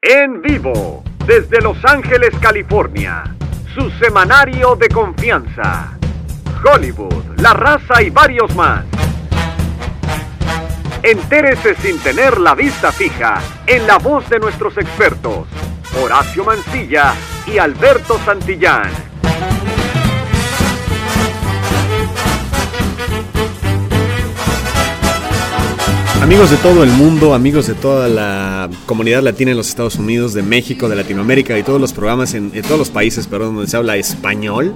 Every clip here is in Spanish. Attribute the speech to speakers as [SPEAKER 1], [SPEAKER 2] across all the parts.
[SPEAKER 1] En vivo, desde Los Ángeles, California, su semanario de confianza. Hollywood, La Raza y varios más. Entérese sin tener la vista fija en la voz de nuestros expertos, Horacio Mancilla y Alberto Santillán.
[SPEAKER 2] Amigos de todo el mundo, amigos de toda la comunidad latina en los Estados Unidos, de México, de Latinoamérica y todos los programas en, en todos los países, perdón, donde se habla español.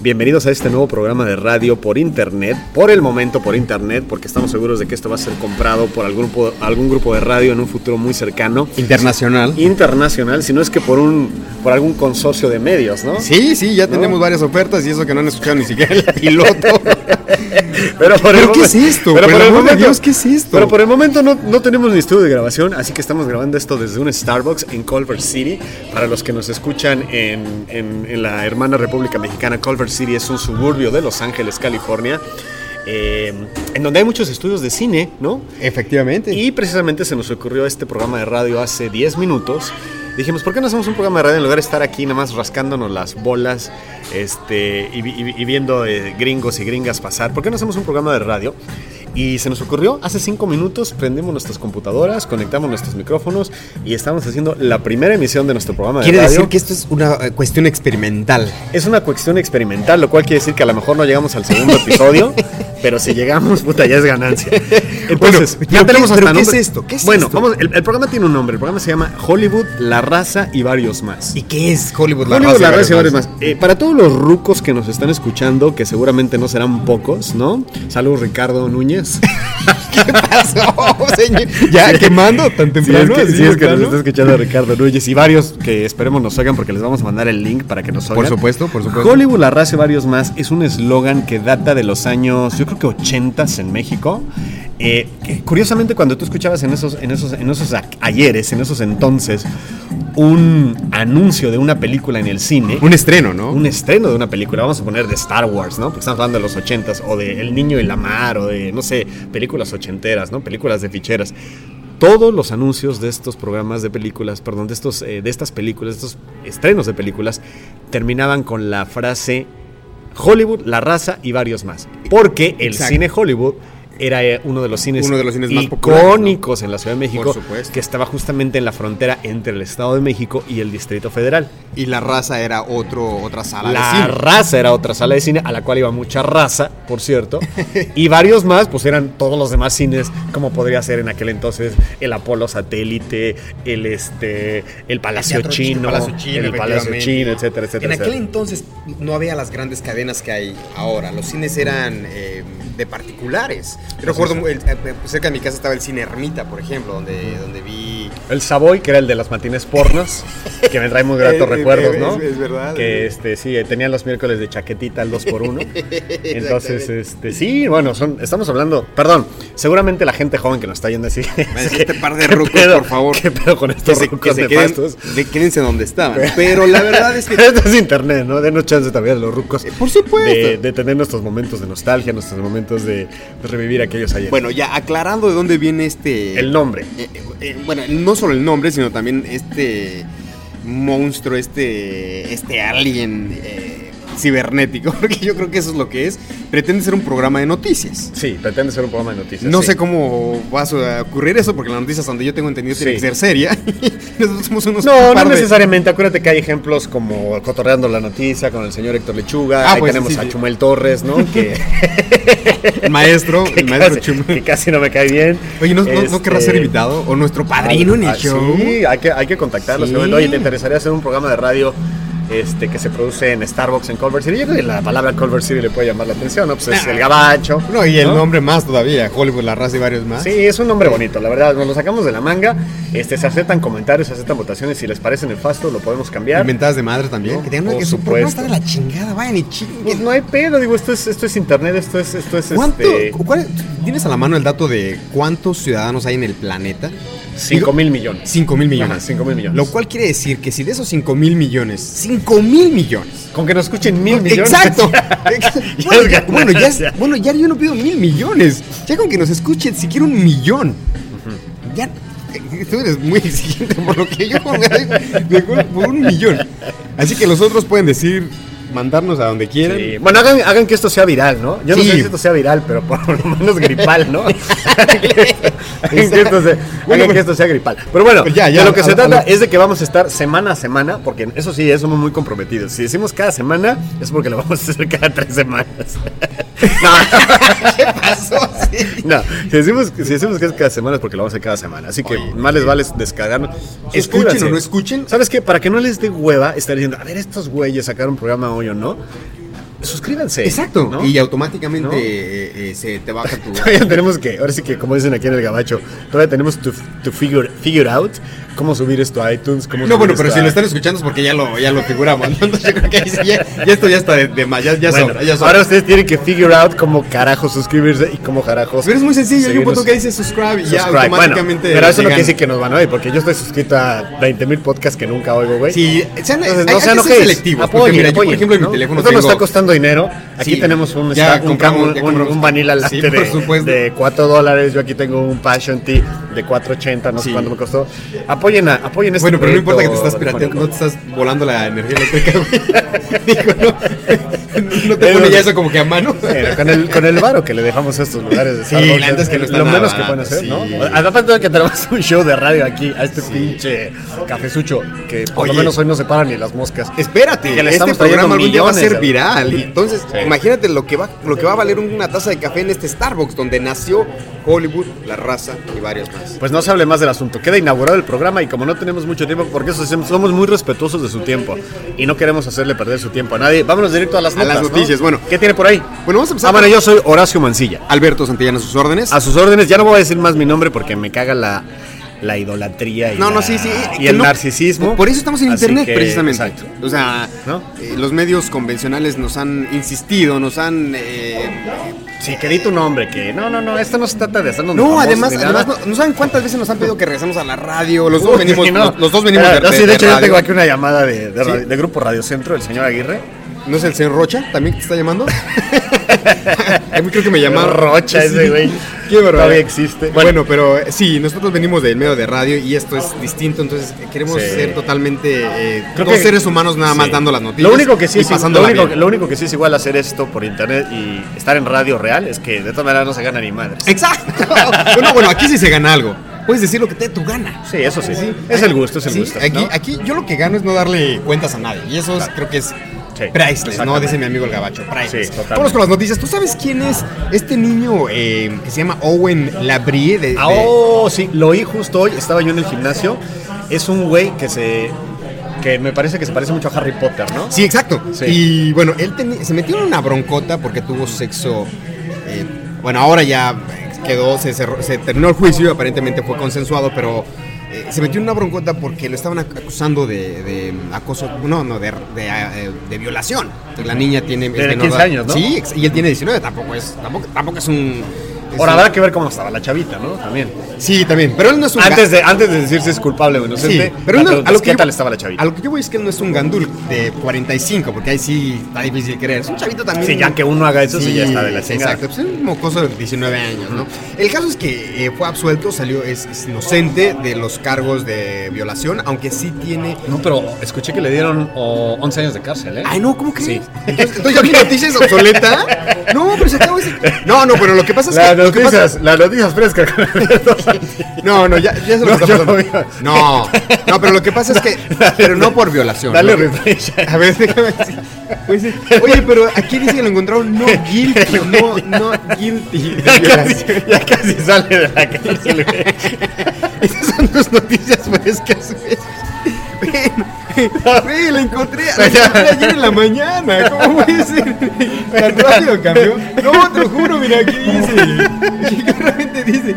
[SPEAKER 2] Bienvenidos a este nuevo programa de radio por internet, por el momento por internet, porque estamos seguros de que esto va a ser comprado por algún grupo, algún grupo de radio en un futuro muy cercano,
[SPEAKER 3] Internacional.
[SPEAKER 2] internacional, si no es que por un por algún consorcio de medios, ¿no?
[SPEAKER 3] Sí, sí, ya tenemos varias ofertas y eso que no han escuchado ni siquiera el piloto.
[SPEAKER 2] Pero, por
[SPEAKER 3] ¿Pero
[SPEAKER 2] el
[SPEAKER 3] qué
[SPEAKER 2] momen-
[SPEAKER 3] es esto?
[SPEAKER 2] Pero
[SPEAKER 3] Por
[SPEAKER 2] por
[SPEAKER 3] el
[SPEAKER 2] el
[SPEAKER 3] amor de
[SPEAKER 2] momento,
[SPEAKER 3] Dios, ¿qué es esto?
[SPEAKER 2] Pero por el momento no, no tenemos ni estudio de grabación, así que estamos grabando esto desde un Starbucks en Culver City. Para los que nos escuchan en, en- en la hermana República Mexicana, Culver City es un suburbio de Los Ángeles, California, eh, en donde hay muchos estudios de cine, ¿no?
[SPEAKER 3] Efectivamente.
[SPEAKER 2] Y precisamente se nos ocurrió este programa de radio hace 10 minutos. Dijimos, ¿por qué no hacemos un programa de radio en lugar de estar aquí nada más rascándonos las bolas este, y, vi- y vi- y viendo eh, gringos y gringas pasar? ¿Por qué no hacemos un programa de radio? Y se nos ocurrió, hace 5 minutos prendimos nuestras computadoras, conectamos nuestros micrófonos y estamos haciendo la primera emisión de nuestro programa de
[SPEAKER 3] Quiere
[SPEAKER 2] radio.
[SPEAKER 3] decir que esto es una eh, cuestión experimental.
[SPEAKER 2] Es una cuestión experimental, lo cual quiere decir que a lo mejor no llegamos al segundo episodio, pero si llegamos, puta, ya es ganancia. Entonces,
[SPEAKER 3] Bueno,
[SPEAKER 2] ya
[SPEAKER 3] ¿pero
[SPEAKER 2] tenemos hasta
[SPEAKER 3] qué- pero qué es
[SPEAKER 2] nombre.
[SPEAKER 3] esto? ¿Qué es
[SPEAKER 2] bueno,
[SPEAKER 3] esto?
[SPEAKER 2] vamos, el, el programa tiene un nombre, el programa se llama Hollywood, La Raza y varios más.
[SPEAKER 3] ¿Y qué es Hollywood
[SPEAKER 2] Hollywood, La Raza y
[SPEAKER 3] varios
[SPEAKER 2] varios más. Eh, para todos los rucos que nos están escuchando, que seguramente no serán pocos, ¿no? Saludos Ricardo Núñez.
[SPEAKER 3] ¿Qué pasó, señor? ¿Ya quemando tan
[SPEAKER 2] Si es
[SPEAKER 3] temprano?
[SPEAKER 2] que,
[SPEAKER 3] así
[SPEAKER 2] si
[SPEAKER 3] de
[SPEAKER 2] es que nos
[SPEAKER 3] plano?
[SPEAKER 2] está escuchando Ricardo Núñez y varios que esperemos nos oigan porque les vamos a mandar el link para que nos oigan.
[SPEAKER 3] Por supuesto, por supuesto.
[SPEAKER 2] Hollywood, la raza y varios más es un eslogan que data de los años, yo creo que 80 en México. Eh, que curiosamente, cuando tú escuchabas en esos, en esos, en esos a- ayeres, en esos entonces, un anuncio de una película en el cine,
[SPEAKER 3] Un estreno, ¿no?
[SPEAKER 2] un estreno de una película, vamos a poner de Star Wars, ¿no? Porque estamos hablando de los ochentas, o de El Niño y la Mar, o de, no sé, películas ochenteras, ¿no? Películas de ficheras. Todos los anuncios de estos programas de películas, perdón, de, estos, eh, de estas películas, de estos estrenos de películas, terminaban con la frase Hollywood, la raza y varios más. Porque el
[SPEAKER 3] Exacto.
[SPEAKER 2] cine Hollywood era eh, uno de los cines,
[SPEAKER 3] Uno de los cines más populares, ¿no?
[SPEAKER 2] icónicos en la Ciudad de México,
[SPEAKER 3] supuesto.
[SPEAKER 2] que estaba justamente en la frontera entre el Estado de México y el Distrito Federal.
[SPEAKER 3] Y la raza era otro, otra sala
[SPEAKER 2] La
[SPEAKER 3] de cine.
[SPEAKER 2] raza era otra sala de cine a la cual iba mucha raza, por cierto. y varios más, pues eran todos los demás cines, como podría ser en aquel entonces el Apolo Satélite, el este, el Palacio
[SPEAKER 4] Teatro
[SPEAKER 2] Chino,
[SPEAKER 3] Palacio Chino,
[SPEAKER 2] el Palacio
[SPEAKER 3] efectivamente.
[SPEAKER 2] Chino, etcétera, etcétera.
[SPEAKER 4] En aquel
[SPEAKER 2] etcétera.
[SPEAKER 4] entonces no había las grandes cadenas que hay ahora. Los cines eran eh, de particulares. Yo recuerdo el- eh, cerca de mi casa estaba el cine Ermita, por ejemplo, donde, donde vi.
[SPEAKER 2] El Savoy, que era el de las matines pornos, que me trae muy
[SPEAKER 3] Eh, eh,
[SPEAKER 2] gratos recuerdos,
[SPEAKER 3] es-
[SPEAKER 2] ¿no?
[SPEAKER 3] es verdad.
[SPEAKER 2] Que este, sí, eh, tenían los miércoles de chaquetita al 2x1. Entonces, este, sí, bueno, son, estamos hablando, perdón, seguramente la gente joven que nos está yendo así.
[SPEAKER 3] decía, este par de
[SPEAKER 2] ¿qué
[SPEAKER 3] rucos,
[SPEAKER 2] pedo?
[SPEAKER 3] por favor.
[SPEAKER 2] ¿Qué pedo con estos rucos de pastos?
[SPEAKER 3] de- quédense donde estaban. Pero la verdad es que
[SPEAKER 2] Esto es internet, ¿no? Denos chance también a los rucos.
[SPEAKER 3] Eh, por supuesto.
[SPEAKER 2] De, de tener nuestros momentos de nostalgia, nuestros momentos de, de revivir aquellos ayer.
[SPEAKER 3] Bueno, ya aclarando de dónde viene este.
[SPEAKER 2] el nombre.
[SPEAKER 3] Eh, eh, eh, bueno, no solo el nombre, sino también este monstruo, este, este alien eh, cibernético, porque yo creo que eso es lo que es. Pretende ser un programa de noticias.
[SPEAKER 2] Sí, pretende ser un programa de noticias.
[SPEAKER 3] No
[SPEAKER 2] sí.
[SPEAKER 3] sé cómo va a ocurrir eso, porque las noticias, donde yo tengo entendido, tiene
[SPEAKER 2] Sí.
[SPEAKER 3] que ser seria. Nosotros somos unos
[SPEAKER 2] No, no
[SPEAKER 3] par de-
[SPEAKER 2] necesariamente. Acuérdate que hay ejemplos como Cotorreando la Noticia con el señor Héctor Lechuga.
[SPEAKER 3] Ah,
[SPEAKER 2] Ahí
[SPEAKER 3] pues,
[SPEAKER 2] tenemos
[SPEAKER 3] sí,
[SPEAKER 2] a
[SPEAKER 3] sí.
[SPEAKER 2] Chumel Torres, ¿no? Que,
[SPEAKER 3] El maestro,
[SPEAKER 2] que
[SPEAKER 3] el maestro
[SPEAKER 2] casi,
[SPEAKER 3] Chumel.
[SPEAKER 2] que casi no me cae bien.
[SPEAKER 3] Oye, ¿no, no- no
[SPEAKER 2] Este,
[SPEAKER 3] querrás ser invitado? ¿O nuestro padrino en el
[SPEAKER 2] ah,
[SPEAKER 3] show?
[SPEAKER 2] Sí, hay que, hay que contactarlos.
[SPEAKER 3] Sí.
[SPEAKER 2] que bueno, Oye, ¿te interesaría hacer un programa de radio este, que se produce en Starbucks en Culver City? Yo creo que la palabra Culver City le puede llamar la atención, ¿no? Pues es
[SPEAKER 3] Ah.
[SPEAKER 2] el gabacho.
[SPEAKER 3] No, y el
[SPEAKER 2] ¿no?
[SPEAKER 3] nombre más todavía, Hollywood, la raza y varios más.
[SPEAKER 2] Sí, es un nombre bonito, la verdad. Nos lo sacamos de la manga. Este, se aceptan comentarios, se aceptan votaciones. Si les parece nefasto, lo podemos cambiar.
[SPEAKER 3] Inventadas de madre también.
[SPEAKER 2] No,
[SPEAKER 3] que tengan una
[SPEAKER 2] por
[SPEAKER 3] que su programa
[SPEAKER 2] supuesto.
[SPEAKER 3] está de la chingada, vayan y
[SPEAKER 2] Pues
[SPEAKER 3] chinguen.
[SPEAKER 2] no hay pedo, digo, esto es, esto es internet, esto es, esto es
[SPEAKER 3] ¿Cuánto,
[SPEAKER 2] este,
[SPEAKER 3] cuál- ¿Tienes a la mano el dato de cuántos ciudadanos hay en el planeta?
[SPEAKER 2] 5 mil millones.
[SPEAKER 3] 5 mil
[SPEAKER 2] Ajá,
[SPEAKER 3] millones.
[SPEAKER 2] cinco mil millones.
[SPEAKER 3] Lo cual quiere decir que si de esos 5 mil millones, 5 mil millones.
[SPEAKER 2] Con que nos escuchen mil millones.
[SPEAKER 3] Exacto. bueno,
[SPEAKER 2] es
[SPEAKER 3] ya,
[SPEAKER 2] ganancia.
[SPEAKER 3] bueno, ya, es- bueno, ya yo no pido mil millones. Ya con que nos escuchen siquiera un millón. Ya. tú eres muy exigente por lo que yo de acuerdo, por un millón. Así que los otros pueden decir mandarnos a donde quieran.
[SPEAKER 2] Sí. Bueno, hagan, hagan que esto sea viral, ¿no? Yo no
[SPEAKER 3] Sí.
[SPEAKER 2] sé si esto sea viral, pero por lo menos gripal, ¿no? hagan que esto- hagan que esto sea, hagan
[SPEAKER 3] Bueno,
[SPEAKER 2] que esto sea gripal. Pero bueno,
[SPEAKER 3] Pues ya, ya,
[SPEAKER 2] de lo que
[SPEAKER 3] a-
[SPEAKER 2] se
[SPEAKER 3] a-
[SPEAKER 2] trata
[SPEAKER 3] a lo-
[SPEAKER 2] es de que vamos a estar semana a semana, porque eso sí, eh, somos muy comprometidos. Si decimos cada semana, es porque lo vamos a hacer cada tres semanas. No, si decimos, si decimos que es cada semana es porque lo vamos a hacer cada semana. Así que
[SPEAKER 3] Oye,
[SPEAKER 2] más les vale descargarnos.
[SPEAKER 3] Escuchen
[SPEAKER 2] Suscríbanse.
[SPEAKER 3] o no escuchen.
[SPEAKER 2] ¿Sabes qué? Para que no les dé hueva estar diciendo, a ver, estos güeyes sacaron un programa hoy o no. Suscríbanse.
[SPEAKER 3] Exacto.
[SPEAKER 2] ¿no?
[SPEAKER 3] Y automáticamente
[SPEAKER 2] ¿No?
[SPEAKER 3] eh, eh, se te baja tu.
[SPEAKER 2] Todavía tenemos que, ahora sí que como dicen aquí en el gabacho, todavía tenemos to, to figure, figure out cómo subir esto a iTunes. Cómo
[SPEAKER 3] No,
[SPEAKER 2] subir
[SPEAKER 3] bueno,
[SPEAKER 2] esto
[SPEAKER 3] pero si
[SPEAKER 2] a-
[SPEAKER 3] lo están escuchando es porque ya lo, ya lo figuramos. ¿no? Entonces yo creo que ahí sí ya, ya esto ya está de, de más. Ya, ya
[SPEAKER 2] Bueno,
[SPEAKER 3] sobra, ya sobra.
[SPEAKER 2] ahora ustedes tienen que figure out cómo carajo suscribirse y cómo carajos.
[SPEAKER 3] Pero es muy sencillo. Hay un botón
[SPEAKER 2] seguirnos.
[SPEAKER 3] que dice subscribe y ya
[SPEAKER 2] Subscribe. Bueno,
[SPEAKER 3] automáticamente.
[SPEAKER 2] pero eso no
[SPEAKER 3] llegan.
[SPEAKER 2] quiere decir que nos van a oír, porque yo estoy suscrito a 20.000 podcasts que nunca oigo, güey.
[SPEAKER 3] Sí, sean,
[SPEAKER 2] Entonces,
[SPEAKER 3] hay-
[SPEAKER 2] no
[SPEAKER 3] hay
[SPEAKER 2] sean
[SPEAKER 3] que ser
[SPEAKER 2] ojeis.
[SPEAKER 3] selectivos. porque
[SPEAKER 2] Apoyen,
[SPEAKER 3] mira, yo, por
[SPEAKER 2] apoyen,
[SPEAKER 3] ejemplo, en
[SPEAKER 2] ¿no?
[SPEAKER 3] mi teléfono
[SPEAKER 2] Esto nos
[SPEAKER 3] tengo-
[SPEAKER 2] está costando dinero. Aquí
[SPEAKER 3] Sí,
[SPEAKER 2] tenemos un,
[SPEAKER 3] ya
[SPEAKER 2] stack, un
[SPEAKER 3] compramos-
[SPEAKER 2] cam-
[SPEAKER 3] ya
[SPEAKER 2] un,
[SPEAKER 3] compramos-
[SPEAKER 2] un vanilla latte
[SPEAKER 3] Sí, por
[SPEAKER 2] de,
[SPEAKER 3] supuesto.
[SPEAKER 2] de 4 dólares. Yo aquí tengo un Passion Tea de 4.80, no sé
[SPEAKER 3] Sí.
[SPEAKER 2] cuánto me costó. Apoyen, a, apoyen este
[SPEAKER 3] Bueno, pero no importa que te
[SPEAKER 2] proyecto
[SPEAKER 3] estás pirateando, no
[SPEAKER 2] radiofónico.
[SPEAKER 3] te estás volando la energía eléctrica, güey. Digo, no. No te
[SPEAKER 2] Pero-
[SPEAKER 3] pone ya eso como que a mano.
[SPEAKER 2] Pero con el, con el varo que le dejamos a estos lugares de
[SPEAKER 3] Sí,
[SPEAKER 2] Starbucks,
[SPEAKER 3] la neta es que no está
[SPEAKER 2] lo
[SPEAKER 3] nada
[SPEAKER 2] menos que pueden
[SPEAKER 3] barato,
[SPEAKER 2] hacer, ¿no?
[SPEAKER 3] sí.
[SPEAKER 2] Además de que tenemos un show de radio aquí, a este pinche cafezucho, que por lo
[SPEAKER 3] Oye.
[SPEAKER 2] menos hoy no se paran ni las moscas.
[SPEAKER 3] Espérate,
[SPEAKER 2] Que le
[SPEAKER 3] este
[SPEAKER 2] estamos trayendo
[SPEAKER 3] programa algún día va a
[SPEAKER 2] millones
[SPEAKER 3] ser
[SPEAKER 2] de-
[SPEAKER 3] viral. Y Entonces,
[SPEAKER 2] Sí.
[SPEAKER 3] imagínate lo que va lo que va a valer una taza de café en este Starbucks donde nació Hollywood, La Raza y varias más.
[SPEAKER 2] Pues no se hable más del asunto. Queda inaugurado el programa y como no tenemos mucho tiempo, porque eso hacemos- somos muy respetuosos de su tiempo y no queremos hacerle perder su tiempo a nadie. Vámonos directo a las
[SPEAKER 3] A las
[SPEAKER 2] notas, ¿no?
[SPEAKER 3] noticias, bueno.
[SPEAKER 2] ¿Qué tiene por ahí?
[SPEAKER 3] Bueno, Ah, vamos a empezar.
[SPEAKER 2] Ah, bueno, yo soy Horacio Mancilla.
[SPEAKER 3] Alberto Santillana a sus órdenes.
[SPEAKER 2] A sus órdenes, ya no voy a decir más mi nombre porque me caga la, la idolatría y,
[SPEAKER 3] No,
[SPEAKER 2] la-
[SPEAKER 3] no, sí, sí.
[SPEAKER 2] y
[SPEAKER 3] que
[SPEAKER 2] el
[SPEAKER 3] no-
[SPEAKER 2] narcisismo.
[SPEAKER 3] Por eso estamos en
[SPEAKER 2] Así
[SPEAKER 3] internet,
[SPEAKER 2] que,
[SPEAKER 3] precisamente.
[SPEAKER 2] exacto.
[SPEAKER 3] O sea,
[SPEAKER 2] ¿No?
[SPEAKER 3] eh, los medios convencionales nos han insistido, nos han. eh,
[SPEAKER 2] Sí, que di tu nombre, que no, no, no, esto no se trata de hacernos
[SPEAKER 3] no,
[SPEAKER 2] famosos
[SPEAKER 3] además,
[SPEAKER 2] ni
[SPEAKER 3] además,
[SPEAKER 2] nada.
[SPEAKER 3] no, no saben cuántas veces nos han pedido que regresemos a la radio. Los dos
[SPEAKER 2] Uy,
[SPEAKER 3] venimos,
[SPEAKER 2] sí, no.
[SPEAKER 3] los, los dos venimos
[SPEAKER 2] Pero,
[SPEAKER 3] de,
[SPEAKER 2] no, sí, de,
[SPEAKER 3] Ah, de
[SPEAKER 2] hecho, yo
[SPEAKER 3] radio.
[SPEAKER 2] tengo aquí una llamada de, de
[SPEAKER 3] ¿Sí?
[SPEAKER 2] radio- de Grupo Radio Centro, el señor Aguirre.
[SPEAKER 3] ¿No es el señor Rocha también que te está llamando? A mí creo que me llamaba
[SPEAKER 2] Rocha ese güey.
[SPEAKER 3] Qué barbaridad.
[SPEAKER 2] Todavía existe.
[SPEAKER 3] Bueno, pero eh, sí, nosotros venimos del medio de radio y esto es distinto, entonces eh, queremos
[SPEAKER 2] Sí.
[SPEAKER 3] ser totalmente eh,
[SPEAKER 2] Creo
[SPEAKER 3] dos
[SPEAKER 2] que-
[SPEAKER 3] seres humanos nada más
[SPEAKER 2] Sí.
[SPEAKER 3] dando las noticias.
[SPEAKER 2] Lo único que sí
[SPEAKER 3] y
[SPEAKER 2] es lo
[SPEAKER 3] pasándola
[SPEAKER 2] único,
[SPEAKER 3] bien.
[SPEAKER 2] lo único que sí es igual hacer esto por internet y estar en radio real es que de todas maneras no se gana ni madres.
[SPEAKER 3] Exacto. bueno, bueno, aquí sí se gana algo. Puedes decir lo que te dé tu gana.
[SPEAKER 2] Sí, eso sí. Es el gusto, es el
[SPEAKER 3] Sí,
[SPEAKER 2] gusto.
[SPEAKER 3] Aquí,
[SPEAKER 2] ¿no?
[SPEAKER 3] aquí yo lo que gano es no darle cuentas a nadie. Y eso es- creo que es priceless, ¿no?
[SPEAKER 2] exactamente.
[SPEAKER 3] Dice mi amigo el gabacho. Priceless.
[SPEAKER 2] Sí, totalmente.
[SPEAKER 3] Vamos con las noticias. ¿Tú sabes quién es este niño eh, que se llama Owen Labrie? De, de-
[SPEAKER 2] Ah, Oh, sí, lo oí justo hoy, estaba yo en el gimnasio. Es un güey que se. que me parece que se parece mucho a Harry Potter, ¿no?
[SPEAKER 3] Sí, exacto.
[SPEAKER 2] Sí.
[SPEAKER 3] Y bueno, él teni- se metió en una broncota porque tuvo sexo. eh, bueno, ahora ya quedó, se, cerró- se terminó el juicio, aparentemente fue consensuado, pero eh, se metió en una broncota porque lo estaban ac- acusando de, de acoso, no, no, de, de, eh, de violación. Entonces, la niña tiene. es
[SPEAKER 2] Tiene
[SPEAKER 3] menor de
[SPEAKER 2] 15
[SPEAKER 3] edad.
[SPEAKER 2] años, ¿no?
[SPEAKER 3] Sí, ex- y él tiene 19, tampoco es, tampoco, tampoco es un. es
[SPEAKER 2] Ahora
[SPEAKER 3] un-
[SPEAKER 2] habrá que ver cómo estaba la chavita, ¿no? También.
[SPEAKER 3] Sí, también, pero él no es un.
[SPEAKER 2] Antes de, antes de decir si es culpable o inocente,
[SPEAKER 3] Sí, pero
[SPEAKER 2] la
[SPEAKER 3] no,
[SPEAKER 2] pregunta
[SPEAKER 3] a lo
[SPEAKER 2] es,
[SPEAKER 3] que
[SPEAKER 2] ¿qué
[SPEAKER 3] yo-
[SPEAKER 2] tal estaba la chavita?
[SPEAKER 3] A lo que yo voy es que él no es un gandul de 45, porque ahí sí está difícil de creer. Es un chavito también.
[SPEAKER 2] Sí, ya que uno haga eso, sí, ya está de la chingada.
[SPEAKER 3] Exacto, pues es un mocoso de 19 años, ¿no? El caso es que eh, fue absuelto, salió, es, es inocente de los cargos de violación, aunque sí tiene.
[SPEAKER 2] No, pero escuché que le dieron oh, 11 años de cárcel, ¿eh?
[SPEAKER 3] Ay, no, ¿cómo crees?
[SPEAKER 2] Sí.
[SPEAKER 3] Entonces, entonces ya mi noticia es obsoleta. No, pero se acabó ese. No, no, pero lo que pasa es
[SPEAKER 2] Las
[SPEAKER 3] que. lo que pasa-
[SPEAKER 2] noticias, las noticias frescas.
[SPEAKER 3] No, no, ya, ya se lo
[SPEAKER 2] No,
[SPEAKER 3] está
[SPEAKER 2] yo
[SPEAKER 3] pasando.
[SPEAKER 2] lo vi.
[SPEAKER 3] No, no, pero lo que pasa es que. Pero no por violación.
[SPEAKER 2] Dale
[SPEAKER 3] ¿no?
[SPEAKER 2] refresh.
[SPEAKER 3] A ver, déjame decir. Pues, eh, Oye, pero aquí dice que lo encontraron no guilty, no, no guilty de
[SPEAKER 2] Ya casi,
[SPEAKER 3] violación.
[SPEAKER 2] ya casi sale de la cárcel, güey.
[SPEAKER 3] Esas son tus noticias frescas, güey. Ven, Güey, la encontré, la encontré ayer en la mañana. ¿Cómo puede ser? Tan rápido cambió. No, te lo juro, mira, aquí dice. Aquí claramente dice.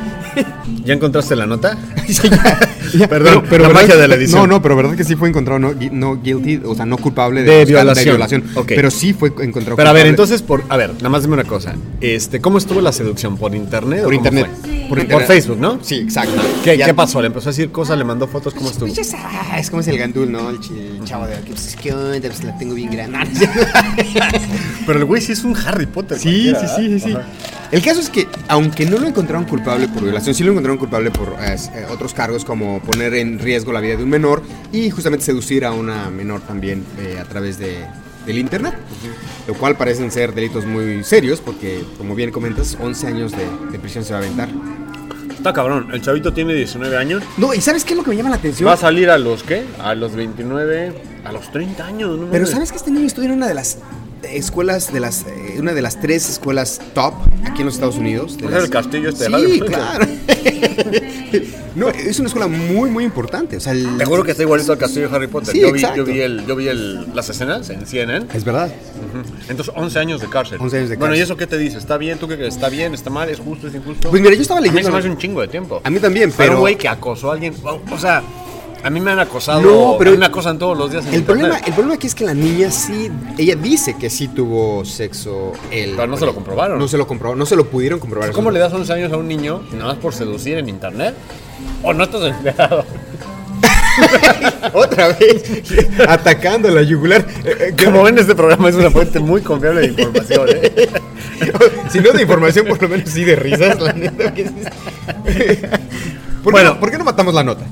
[SPEAKER 2] ¿Ya encontraste la nota? Perdón,
[SPEAKER 3] Perdón, pero,
[SPEAKER 2] la
[SPEAKER 3] ¿verdad
[SPEAKER 2] magia
[SPEAKER 3] que-
[SPEAKER 2] de la edición.
[SPEAKER 3] No, no, pero verdad que sí fue encontrado no, gui- no guilty, o sea, no culpable
[SPEAKER 2] De
[SPEAKER 3] los cargos
[SPEAKER 2] violación. Ok.
[SPEAKER 3] Pero sí fue encontrado
[SPEAKER 2] Pero a ver,
[SPEAKER 3] culpable.
[SPEAKER 2] entonces, por, a ver, nada más dime una cosa. Este, ¿Cómo estuvo la seducción? ¿Por internet? o
[SPEAKER 3] Por
[SPEAKER 2] cómo
[SPEAKER 3] internet.
[SPEAKER 2] fue? Por, Facebook, ¿no?
[SPEAKER 3] Sí, exacto.
[SPEAKER 2] ¿Qué,
[SPEAKER 3] Ya-
[SPEAKER 2] qué pasó? ¿Le empezó a decir cosas? ¿Le mandó fotos? ¿Cómo estuvo?
[SPEAKER 3] Pues ya sabes, es como es el gandul, ¿no? El, ch- el chavo de aquí, pues, ¿qué onda? Pues la tengo bien grande.
[SPEAKER 2] Pero el güey sí es un Harry Potter.
[SPEAKER 3] sí, sí,
[SPEAKER 2] cualquiera,
[SPEAKER 3] sí,
[SPEAKER 2] ¿verdad?
[SPEAKER 3] sí, sí.
[SPEAKER 2] Ajá.
[SPEAKER 3] El caso es que, aunque no lo encontraron culpable por violación, sí lo encontraron culpable por eh, eh, otros cargos como poner en riesgo la vida de un menor y justamente seducir a una menor también eh, a través de, del internet. Lo cual parecen ser delitos muy serios porque, como bien comentas, 11 años de, de prisión se va a aventar.
[SPEAKER 2] Está cabrón, el chavito tiene 19 años.
[SPEAKER 3] No, ¿y sabes qué es lo que me llama la atención?
[SPEAKER 2] Va a salir a los qué? A los 29, a los 30 años, ¿no?
[SPEAKER 3] Pero
[SPEAKER 2] mames.
[SPEAKER 3] ¿sabes que este niño estudia en una de las eh, escuelas, de las, eh, una de las tres escuelas top aquí en los Estados Unidos? de
[SPEAKER 2] O sea,
[SPEAKER 3] las-
[SPEAKER 2] el castillo este de
[SPEAKER 3] Sí,
[SPEAKER 2] Harry Potter.
[SPEAKER 3] claro. no, es una escuela muy, muy importante. O sea, el-
[SPEAKER 2] Te juro que está igualito al castillo de Harry Potter.
[SPEAKER 3] Sí,
[SPEAKER 2] yo, vi,
[SPEAKER 3] exacto.
[SPEAKER 2] yo vi, el, yo vi el- las escenas en CNN.
[SPEAKER 3] Es verdad.
[SPEAKER 2] Entonces, 11 años de cárcel.
[SPEAKER 3] 11 años de
[SPEAKER 2] Bueno, ¿y
[SPEAKER 3] cárcel.
[SPEAKER 2] eso qué te dice? ¿Está bien? ¿Tú qué crees? ¿Está bien? ¿Está mal? ¿Es justo? ¿Es injusto?
[SPEAKER 3] Pues mira, yo estaba
[SPEAKER 2] A mí se
[SPEAKER 3] leyendo.
[SPEAKER 2] me hace un chingo de tiempo.
[SPEAKER 3] A mí también,
[SPEAKER 2] Pero un
[SPEAKER 3] pero.
[SPEAKER 2] güey que acosó a alguien. O o sea, a mí me han acosado.
[SPEAKER 3] No, pero-
[SPEAKER 2] a mí me acosan todos los días en
[SPEAKER 3] El
[SPEAKER 2] internet.
[SPEAKER 3] problema, el problema aquí es que la niña sí, ella dice que sí tuvo sexo él.
[SPEAKER 2] Pero no se lo comprobaron.
[SPEAKER 3] No se lo comprobó, no se lo pudieron comprobar.
[SPEAKER 2] ¿Cómo le das 11 años a un niño nada más por seducir en internet? ¿O no estás empleado?
[SPEAKER 3] Otra vez, atacando la yugular. Eh, eh,
[SPEAKER 2] Como ven, este programa es una fuente muy confiable de información. ¿eh?
[SPEAKER 3] si no de información, por lo menos sí de risas, la neta. que sí. ¿Por, qué
[SPEAKER 2] Bueno.
[SPEAKER 3] no- ¿por qué no matamos la nota?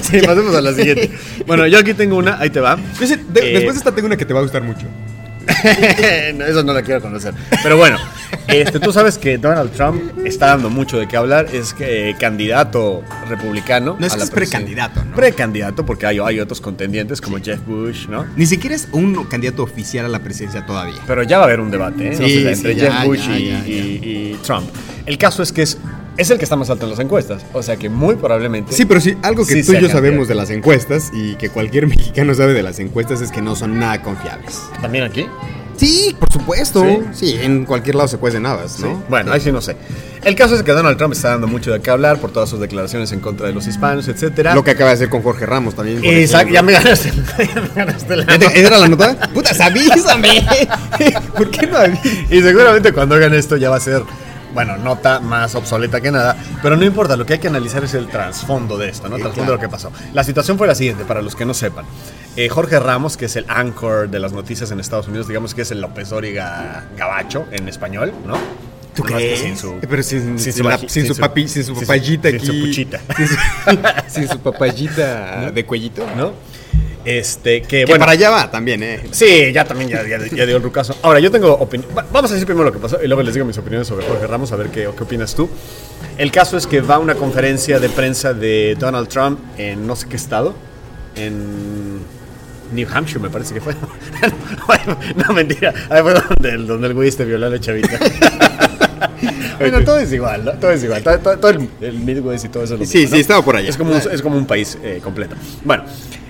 [SPEAKER 2] Sí, pasemos a la siguiente. Bueno, yo aquí tengo una, ahí te va.
[SPEAKER 3] Yo sé, de-
[SPEAKER 2] Eh,
[SPEAKER 3] Después de esta tengo una que te va a gustar mucho.
[SPEAKER 2] No, eso no la quiero conocer. Pero bueno, este, tú sabes que Donald Trump está dando mucho de qué hablar. Es eh, candidato republicano.
[SPEAKER 3] No, es
[SPEAKER 2] a
[SPEAKER 3] que
[SPEAKER 2] la
[SPEAKER 3] es
[SPEAKER 2] presidencia.
[SPEAKER 3] precandidato, ¿no?
[SPEAKER 2] Precandidato, porque hay, hay otros contendientes como Jeff Bush, ¿no?
[SPEAKER 3] Ni siquiera es un candidato oficial a la presidencia todavía.
[SPEAKER 2] Pero ya va a haber un debate, ¿eh?
[SPEAKER 3] Sí,
[SPEAKER 2] O sea,
[SPEAKER 3] sí,
[SPEAKER 2] entre
[SPEAKER 3] ya,
[SPEAKER 2] Jeff Bush
[SPEAKER 3] ya,
[SPEAKER 2] y,
[SPEAKER 3] ya, ya.
[SPEAKER 2] y- y Trump. El caso es que es, es el que está más alto en las encuestas. O sea que muy probablemente.
[SPEAKER 3] Sí, pero sí, algo que
[SPEAKER 2] Sí
[SPEAKER 3] tú
[SPEAKER 2] sea
[SPEAKER 3] y yo
[SPEAKER 2] candidato.
[SPEAKER 3] sabemos de las encuestas y que cualquier mexicano sabe de las encuestas es que no son nada confiables.
[SPEAKER 2] También aquí.
[SPEAKER 3] Sí, por supuesto.
[SPEAKER 2] Sí.
[SPEAKER 3] Sí, en cualquier lado se cuecen habas, ¿no?
[SPEAKER 2] Bueno, ahí sí no sé. El caso es que Donald Trump está dando mucho de qué hablar por todas sus declaraciones en contra de los hispanos, etcétera.
[SPEAKER 3] Lo que acaba de hacer con Jorge Ramos también. por
[SPEAKER 2] Exacto,
[SPEAKER 3] ejemplo.
[SPEAKER 2] ya me ganaste. Ya me ganaste la
[SPEAKER 3] ¿Ya te- ¿Esa era la nota? ¡Putas, avísame! ¿Por qué no avisas?
[SPEAKER 2] Y seguramente cuando hagan esto ya va a ser, bueno, nota más obsoleta que nada, pero no importa, lo que hay que analizar es el trasfondo de esto, ¿no?
[SPEAKER 3] Sí,
[SPEAKER 2] trasfondo de lo que
[SPEAKER 3] claro.
[SPEAKER 2] pasó. La situación fue la siguiente, para los que no sepan. Eh, Jorge Ramos, que es el anchor de las noticias en Estados Unidos, digamos que es el López Origa gabacho en español, ¿no?
[SPEAKER 3] ¿Tú
[SPEAKER 2] Nada más que
[SPEAKER 3] crees? Eh,
[SPEAKER 2] Sin su,
[SPEAKER 3] Pero sin- sin
[SPEAKER 2] su
[SPEAKER 3] la-
[SPEAKER 2] vaji-
[SPEAKER 3] sin su papi- sin su papayita
[SPEAKER 2] sin su
[SPEAKER 3] aquí.
[SPEAKER 2] puchita,
[SPEAKER 3] Sin su papayita de cuellito.
[SPEAKER 2] ¿no? Este, que,
[SPEAKER 3] Que
[SPEAKER 2] bueno,
[SPEAKER 3] para allá va también, ¿eh?
[SPEAKER 2] Sí, ya también, ya, ya- ya dio el rucazo. Ahora, yo tengo opinión. Vamos a decir primero lo que pasó y luego les digo mis opiniones sobre Jorge Ramos, a ver qué, qué opinas tú. El caso es que va a una conferencia de prensa de Donald Trump en no sé qué estado, en New Hampshire, me parece que fue. no, mentira. Ahí fue donde el, donde el güey este violó a la chavita. bueno, todo es igual, ¿no? Todo es igual. Todo, todo- todo el, el Midwest y todo eso. es lo
[SPEAKER 3] Sí, sí,
[SPEAKER 2] ¿no?
[SPEAKER 3] estaba por allá.
[SPEAKER 2] Es como un, es como un país eh, completo. Bueno,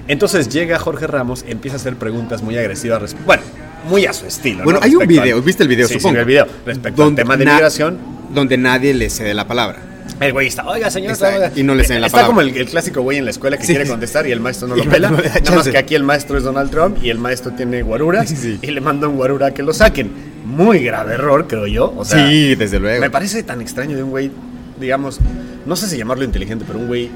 [SPEAKER 2] entonces llega Jorge Ramos, empieza a hacer preguntas muy agresivas. resp- Bueno, muy a su estilo. ¿no?
[SPEAKER 3] Bueno, hay un
[SPEAKER 2] Respecto al-
[SPEAKER 3] video, ¿viste el video?
[SPEAKER 2] Sí, sí,
[SPEAKER 3] supongo.
[SPEAKER 2] vi el video. Respecto al tema de
[SPEAKER 3] na-
[SPEAKER 2] migración.
[SPEAKER 3] Donde nadie le cede la palabra.
[SPEAKER 2] El güey está, oiga, señor.
[SPEAKER 3] Está-
[SPEAKER 2] oiga".
[SPEAKER 3] y no le ceden la
[SPEAKER 2] Está
[SPEAKER 3] palabra.
[SPEAKER 2] como el, el clásico güey en la escuela que
[SPEAKER 3] Sí.
[SPEAKER 2] quiere contestar y el maestro no
[SPEAKER 3] Y
[SPEAKER 2] lo
[SPEAKER 3] no-
[SPEAKER 2] pela.
[SPEAKER 3] no le da
[SPEAKER 2] Nada más
[SPEAKER 3] chance.
[SPEAKER 2] que aquí el maestro es Donald Trump y el maestro tiene guarura
[SPEAKER 3] Sí, sí.
[SPEAKER 2] y le manda un guarura que lo saquen. Muy grave error, creo yo. O sea,
[SPEAKER 3] sí, desde luego.
[SPEAKER 2] me parece tan extraño de un güey, digamos, no sé si llamarlo inteligente, pero un güey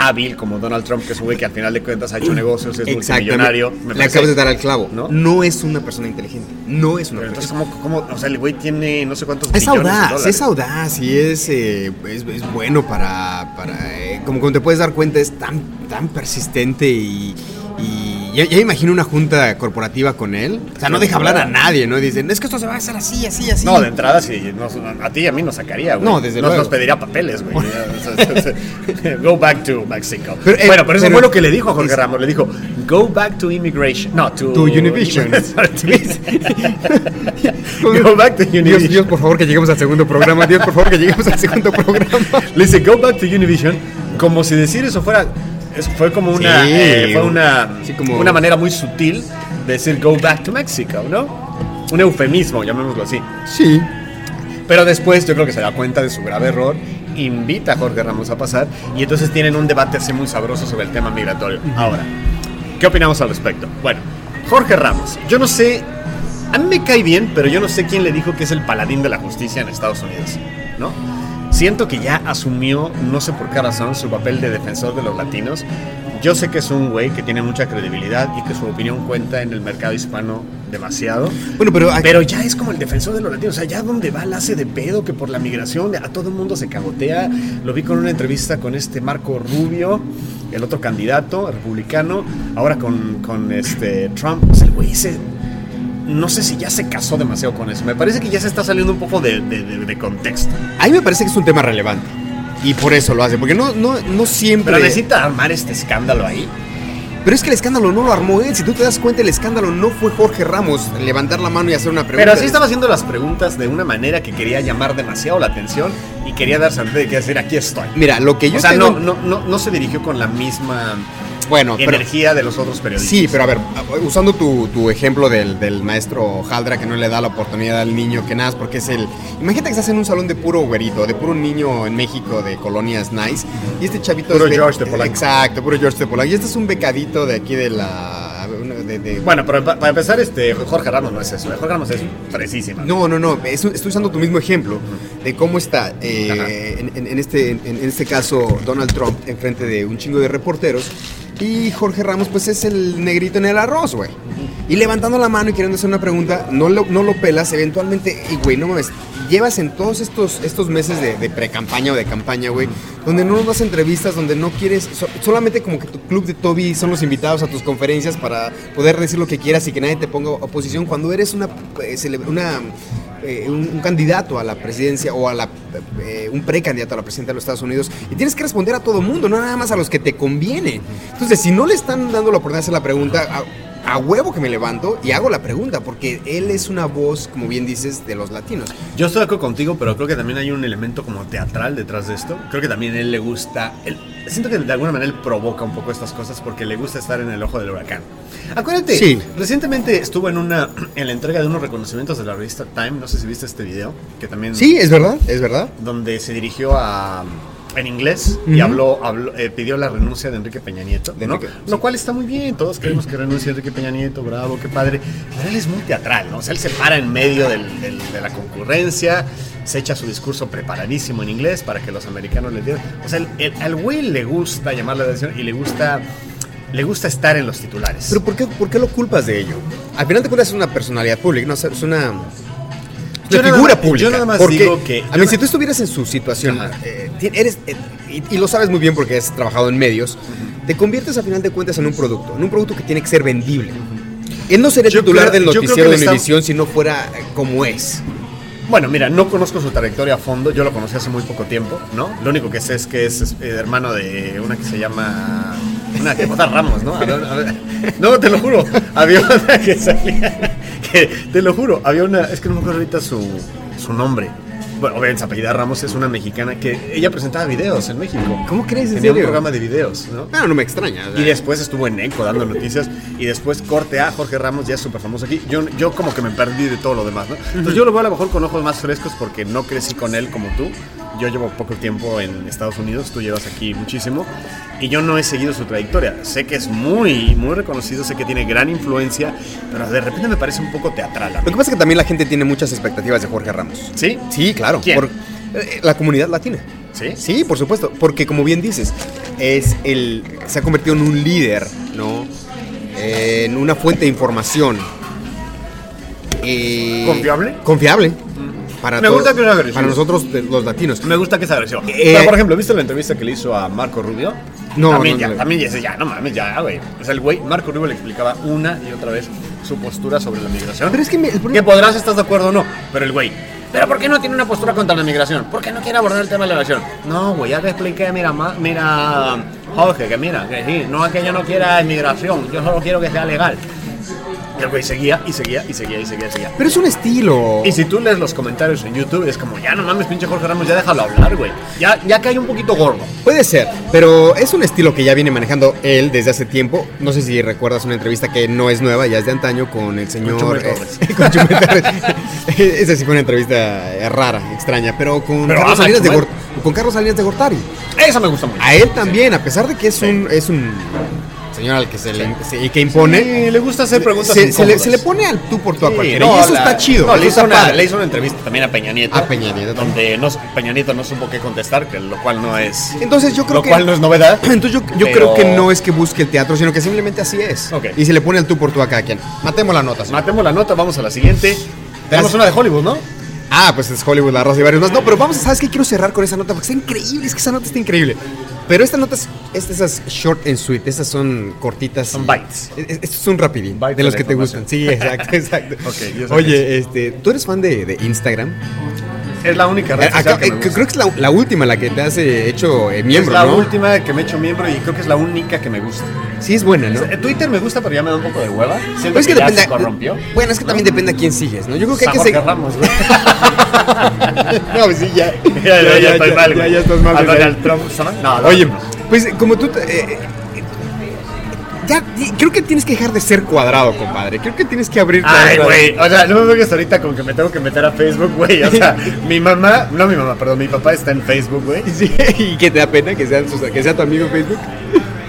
[SPEAKER 2] hábil como Donald Trump, que es un güey que al final de cuentas ha hecho negocios, es
[SPEAKER 3] Exactamente.
[SPEAKER 2] multimillonario. me
[SPEAKER 3] Le
[SPEAKER 2] parece-
[SPEAKER 3] acabas de dar al clavo.
[SPEAKER 2] ¿No?
[SPEAKER 3] ¿No? es una persona inteligente. No es una
[SPEAKER 2] Pero entonces,
[SPEAKER 3] persona.
[SPEAKER 2] ¿cómo, cómo- o sea, el güey tiene no sé cuántos
[SPEAKER 3] Es
[SPEAKER 2] billones de
[SPEAKER 3] audaz,
[SPEAKER 2] dólares?
[SPEAKER 3] es audaz y es, eh, es, es bueno para. para eh, como, como te puedes dar cuenta, es tan, tan persistente y. y ya, ya me imagino una junta corporativa con él. O sea, no deja hablar a nadie, ¿no? Dicen, es que esto se va a hacer así, así, así.
[SPEAKER 2] No, de entrada sí, nos- a ti y a mí nos sacaría, güey.
[SPEAKER 3] No, desde
[SPEAKER 2] nos,
[SPEAKER 3] luego.
[SPEAKER 2] Nos pediría papeles, güey. O sea, Go back to Mexico.
[SPEAKER 3] Pero, eh,
[SPEAKER 2] bueno, pero eso
[SPEAKER 3] pero-
[SPEAKER 2] fue lo que le dijo a Jorge
[SPEAKER 3] es-
[SPEAKER 2] Ramos. Le dijo, go back to immigration. No, to...
[SPEAKER 3] To Univision.
[SPEAKER 2] go back to
[SPEAKER 3] Dios, Dios,
[SPEAKER 2] Univision.
[SPEAKER 3] por favor, que lleguemos al segundo programa. Dios, por favor, que lleguemos al segundo programa.
[SPEAKER 2] Le dice, go back to Univision. Como si decir eso fuera... es- fue como una,
[SPEAKER 3] Sí.
[SPEAKER 2] eh, fue una,
[SPEAKER 3] Sí, como-
[SPEAKER 2] una manera muy sutil de decir go back to Mexico, ¿no? Un eufemismo, llamémoslo así.
[SPEAKER 3] Sí.
[SPEAKER 2] Pero después yo creo que se da cuenta de su grave error, invita a Jorge Ramos a pasar y entonces tienen un debate así muy sabroso sobre el tema migratorio. Ahora, ¿qué opinamos al respecto? Bueno, Jorge Ramos, yo no sé, a mí me cae bien, pero yo no sé quién le dijo que es el paladín de la justicia en Estados Unidos, ¿no? Siento que ya asumió, no sé por qué razón, su papel de defensor de los latinos. Yo sé que es un güey que tiene mucha credibilidad y que su opinión cuenta en el mercado hispano demasiado.
[SPEAKER 3] Bueno, pero aquí-
[SPEAKER 2] Pero ya es como el defensor de los latinos. O sea, ya donde va la hace de pedo que por la migración a todo el mundo se cagotea. Lo vi con una entrevista con este Marco Rubio, el otro candidato republicano. Ahora con, con este Trump. O sea, el güey se. No sé si ya se casó demasiado con eso. Me parece que ya se está saliendo un poco de, de- de- de contexto.
[SPEAKER 3] a mí me parece que es un tema relevante. Y por eso lo hace, porque no, no, no siempre...
[SPEAKER 2] Pero necesita armar este escándalo ahí.
[SPEAKER 3] Pero es que el escándalo no lo armó él. Si tú te das cuenta, el escándalo no fue Jorge Ramos levantar la mano y hacer una pregunta.
[SPEAKER 2] Pero así estaba haciendo las preguntas de una manera que quería llamar demasiado la atención y quería darse de que decir aquí estoy.
[SPEAKER 3] Mira, lo que yo
[SPEAKER 2] o sea,
[SPEAKER 3] tengo-
[SPEAKER 2] no, no, no, no se dirigió con la misma
[SPEAKER 3] bueno, pero,
[SPEAKER 2] energía de los otros periodistas.
[SPEAKER 3] Sí, pero a ver, usando tu, tu ejemplo del, del maestro Haldra que no le da la oportunidad al niño que nada, porque es el... Imagínate que estás en un salón de puro güerito, de puro niño en México de colonias nice, y este chavito...
[SPEAKER 2] Puro
[SPEAKER 3] es be-
[SPEAKER 2] George de Polanco.
[SPEAKER 3] Exacto, puro George de Polanco. Y este es un becadito de aquí de la... de- de-
[SPEAKER 2] Bueno, pero pa- para empezar, este, Jorge Ramos no es eso. Jorge Ramos es fresísima.
[SPEAKER 3] No, no, no. es- estoy usando tu mismo ejemplo de cómo está eh, en, en- en este, en, en este caso Donald Trump enfrente de un chingo de reporteros y Jorge Ramos pues es el negrito en el arroz, güey. Y levantando la mano y queriendo hacer una pregunta, no lo, no lo pelas eventualmente. Y, güey, no mames, llevas en todos estos, estos meses de, de pre-campaña o de campaña, güey, donde no nos das entrevistas, donde no quieres, so- solamente como que tu club de Toby son los invitados a tus conferencias para poder decir lo que quieras y que nadie te ponga oposición, cuando eres una, eh, cele- una, eh, un, un candidato a la presidencia o a la, eh, un precandidato a la presidencia de los Estados Unidos y tienes que responder a todo mundo, no nada más a los que te conviene. Entonces, si no le están dando la oportunidad de hacer la pregunta... a- a huevo que me levanto y hago la pregunta, porque él es una voz, como bien dices, de los latinos.
[SPEAKER 2] Yo estoy de acuerdo contigo, pero creo que también hay un elemento como teatral detrás de esto. Creo que también a él le gusta. él- siento que de alguna manera él provoca un poco estas cosas porque le gusta estar en el ojo del huracán. Acuérdate,
[SPEAKER 3] Sí.
[SPEAKER 2] recientemente estuvo en una en la entrega de unos reconocimientos de la revista Time. No sé si viste este video, que también
[SPEAKER 3] es verdad, es verdad.
[SPEAKER 2] donde se dirigió a en inglés y
[SPEAKER 3] Ujú.
[SPEAKER 2] habló, habló- eh, pidió la renuncia de Enrique Peña Nieto,
[SPEAKER 3] De
[SPEAKER 2] ¿no?
[SPEAKER 3] Enrique,
[SPEAKER 2] lo cual está muy bien, todos queremos que renuncie Enrique Peña Nieto, bravo, qué padre, pero él es muy teatral, ¿no? O sea, él se para en medio del- del- de la concurrencia, se echa su discurso preparadísimo en inglés para que los americanos le entiendan. O sea, el- el- al güey le gusta llamar la atención y le gusta, le gusta estar en los titulares.
[SPEAKER 3] Pero ¿por qué, por qué lo culpas de ello? Al final te cuentas es una personalidad pública, no es una, es
[SPEAKER 2] Yo
[SPEAKER 3] una
[SPEAKER 2] nada
[SPEAKER 3] figura
[SPEAKER 2] más-
[SPEAKER 3] pública.
[SPEAKER 2] yo nada más
[SPEAKER 3] porque,
[SPEAKER 2] digo que-
[SPEAKER 3] a
[SPEAKER 2] yo
[SPEAKER 3] ver,
[SPEAKER 2] na-
[SPEAKER 3] si tú estuvieras en su situación,
[SPEAKER 2] Ajá.
[SPEAKER 3] eh, ti- eres, eh, y, y lo sabes muy bien porque has trabajado en medios, te conviertes a final de cuentas en un producto, en un producto que tiene que ser vendible. Él no sería
[SPEAKER 2] Yo
[SPEAKER 3] titular
[SPEAKER 2] creo-
[SPEAKER 3] del
[SPEAKER 2] yo creo
[SPEAKER 3] noticiero
[SPEAKER 2] que
[SPEAKER 3] de
[SPEAKER 2] le está-
[SPEAKER 3] Univisión si no fuera eh, como es.
[SPEAKER 2] Bueno, mira, no conozco su trayectoria a fondo, yo lo conocí hace muy poco tiempo, ¿no? Lo único que sé es que es, es, eh, hermano de una que se llama... Una que vota Ramos, ¿no? A ver, a ver. No, te lo juro, había una que salía... Que, te lo juro, había una... Es que no me acuerdo ahorita su, su nombre. Bueno, obviamente, su apellida Ramos es una mexicana que ella presentaba videos en México.
[SPEAKER 3] ¿Cómo crees, en
[SPEAKER 2] Tenía un
[SPEAKER 3] serio?
[SPEAKER 2] programa de videos, ¿no?
[SPEAKER 3] Bueno, no me extraña. o sea,
[SPEAKER 2] Y después estuvo en Eco dando noticias. Y después corte a Jorge Ramos, ya es súper famoso aquí. Yo, yo como que me perdí de todo lo demás, ¿no? Entonces yo lo veo a lo mejor con ojos más frescos porque no crecí con él como tú. Yo llevo poco tiempo en Estados Unidos, tú llevas aquí muchísimo. Y yo no he seguido su trayectoria. Sé que es muy, muy reconocido, sé que tiene gran influencia, pero de repente me parece un poco teatral. a mí.
[SPEAKER 3] Lo que pasa es que también la gente tiene muchas expectativas de Jorge Ramos.
[SPEAKER 2] ¿Sí?
[SPEAKER 3] Sí, claro.
[SPEAKER 2] ¿Quién?
[SPEAKER 3] por- eh, la comunidad latina.
[SPEAKER 2] ¿Sí?
[SPEAKER 3] Sí, por supuesto. Porque como bien dices, es el. se ha convertido en un líder, ¿no? Eh, en una fuente de información. Eh,
[SPEAKER 2] ¿Confiable?
[SPEAKER 3] Confiable. Para,
[SPEAKER 2] Me
[SPEAKER 3] todo-
[SPEAKER 2] gusta que lo hagas.
[SPEAKER 3] para nosotros de- los latinos.
[SPEAKER 2] Me gusta que se agresió.
[SPEAKER 3] Eh,
[SPEAKER 2] Pero, por ejemplo, ¿viste la entrevista que le hizo a Marco Rubio?
[SPEAKER 3] No,
[SPEAKER 2] También
[SPEAKER 3] no,
[SPEAKER 2] ya,
[SPEAKER 3] no.
[SPEAKER 2] también ya, dices, ya, no mames, ya, güey. O sea, el güey, Marco Rubio le explicaba una y otra vez su postura sobre la migración.
[SPEAKER 3] Pero es que me- el
[SPEAKER 2] Que
[SPEAKER 3] problema-
[SPEAKER 2] podrás estás de acuerdo o no, pero el güey. ¿Pero por qué no tiene una postura contra la migración? ¿Por qué no quiere abordar el tema de la migración? No, güey, ya te expliqué, mira, ma- mira, Jorge, que mira, que sí, no es que yo no quiera inmigración, yo solo quiero que sea legal. Y el güey seguía y seguía y seguía y seguía y seguía.
[SPEAKER 3] Pero es un estilo.
[SPEAKER 2] Y si tú lees los comentarios en YouTube, es como, ya no mames, pinche Jorge Ramos, ya déjalo hablar, güey. Ya, ya cae un poquito gordo.
[SPEAKER 3] Puede ser, pero es un estilo que ya viene manejando él desde hace tiempo. No sé si recuerdas una entrevista que no es nueva, ya es de antaño, con el señor...
[SPEAKER 2] Chumel
[SPEAKER 3] eh,
[SPEAKER 2] Torres.
[SPEAKER 3] con Chumel Torres. Esa sí fue una entrevista eh, rara, extraña, pero con,
[SPEAKER 2] Pero
[SPEAKER 3] Carlos,
[SPEAKER 2] ama a
[SPEAKER 3] Salinas de
[SPEAKER 2] Chumel.
[SPEAKER 3] Gor- con Carlos Salinas de Gortari.
[SPEAKER 2] Eso me gusta mucho.
[SPEAKER 3] A él también, a pesar de que es un... Es un señor al que se le se- y que
[SPEAKER 2] Pone.
[SPEAKER 3] impone.
[SPEAKER 2] le gusta hacer preguntas.
[SPEAKER 3] se, se le,
[SPEAKER 2] incómodas.
[SPEAKER 3] se le pone al tú por tú a
[SPEAKER 2] Sí,
[SPEAKER 3] cualquiera.
[SPEAKER 2] no,
[SPEAKER 3] y eso
[SPEAKER 2] la-
[SPEAKER 3] está chido.
[SPEAKER 2] No, le, hizo
[SPEAKER 3] eso está
[SPEAKER 2] una,
[SPEAKER 3] padre.
[SPEAKER 2] le hizo una entrevista también a Peña Nieto.
[SPEAKER 3] A Peña Nieto también.
[SPEAKER 2] Donde no, Peña Nieto no supo qué contestar, que lo cual no es.
[SPEAKER 3] Entonces yo creo
[SPEAKER 2] lo
[SPEAKER 3] que.
[SPEAKER 2] cual no es novedad.
[SPEAKER 3] Entonces yo, yo
[SPEAKER 2] Pero-
[SPEAKER 3] creo que no es que busque el teatro, sino que simplemente así es.
[SPEAKER 2] Ok.
[SPEAKER 3] Y se le pone al tú por tú a cada quien. Matemos la nota. señor.
[SPEAKER 2] Matemos la nota, vamos a la siguiente. Tenemos
[SPEAKER 3] Así-
[SPEAKER 2] una de Hollywood, ¿no?
[SPEAKER 3] Ah, pues es Hollywood, la raza y varios más. No, pero vamos, ¿sabes qué? Quiero cerrar con esa nota porque está increíble, es que esa nota está increíble. Pero esta nota es, es de esas short and sweet, estas son cortitas.
[SPEAKER 2] Son bites.
[SPEAKER 3] Es- es- Esto es un rapidín,
[SPEAKER 2] Bites
[SPEAKER 3] de los
[SPEAKER 2] de
[SPEAKER 3] que te
[SPEAKER 2] la
[SPEAKER 3] gustan. Sí, exacto, exacto.
[SPEAKER 2] Ok, yo sé que
[SPEAKER 3] Oye, este, ¿tú eres fan de, de Instagram?
[SPEAKER 2] Es la única red
[SPEAKER 3] Eh,
[SPEAKER 2] social
[SPEAKER 3] acá-
[SPEAKER 2] que me
[SPEAKER 3] eh,
[SPEAKER 2] gusta.
[SPEAKER 3] creo que es la, la última la que te has eh, hecho eh, miembro,
[SPEAKER 2] es la
[SPEAKER 3] ¿no?
[SPEAKER 2] última que me he hecho miembro y creo que es la única que me gusta.
[SPEAKER 3] Sí, es buena, ¿no?
[SPEAKER 2] O sea, Twitter me gusta, pero ya me da un poco de hueva. Siento
[SPEAKER 3] Pues es que
[SPEAKER 2] ya
[SPEAKER 3] depende.
[SPEAKER 2] se corrompió.
[SPEAKER 3] Bueno, es que también depende a quién sigues, ¿no? Yo creo que hay que
[SPEAKER 2] Jorge
[SPEAKER 3] seguir.
[SPEAKER 2] Ramos, güey.
[SPEAKER 3] No, pues sí, ya.
[SPEAKER 2] ya, ya, ya estoy mal,
[SPEAKER 3] ya,
[SPEAKER 2] güey.
[SPEAKER 3] ya estás mal.
[SPEAKER 2] A
[SPEAKER 3] güey.
[SPEAKER 2] Donald Trump, ¿son? No,
[SPEAKER 3] Oye,
[SPEAKER 2] no, no.
[SPEAKER 3] pues eh, como tú... te- eh, eh, ya, ti- creo que tienes que dejar de ser cuadrado, compadre. Creo que tienes que abrirte. a
[SPEAKER 2] Ay,
[SPEAKER 3] otra-
[SPEAKER 2] güey. pues, O sea, no me vengas ahorita con que me tengo que meter a Facebook, güey. O sea, mi mamá, no mi mamá, perdón, mi papá está en Facebook, güey.
[SPEAKER 3] Sí, y que te da pena que, sean sus- que sea tu amigo Facebook.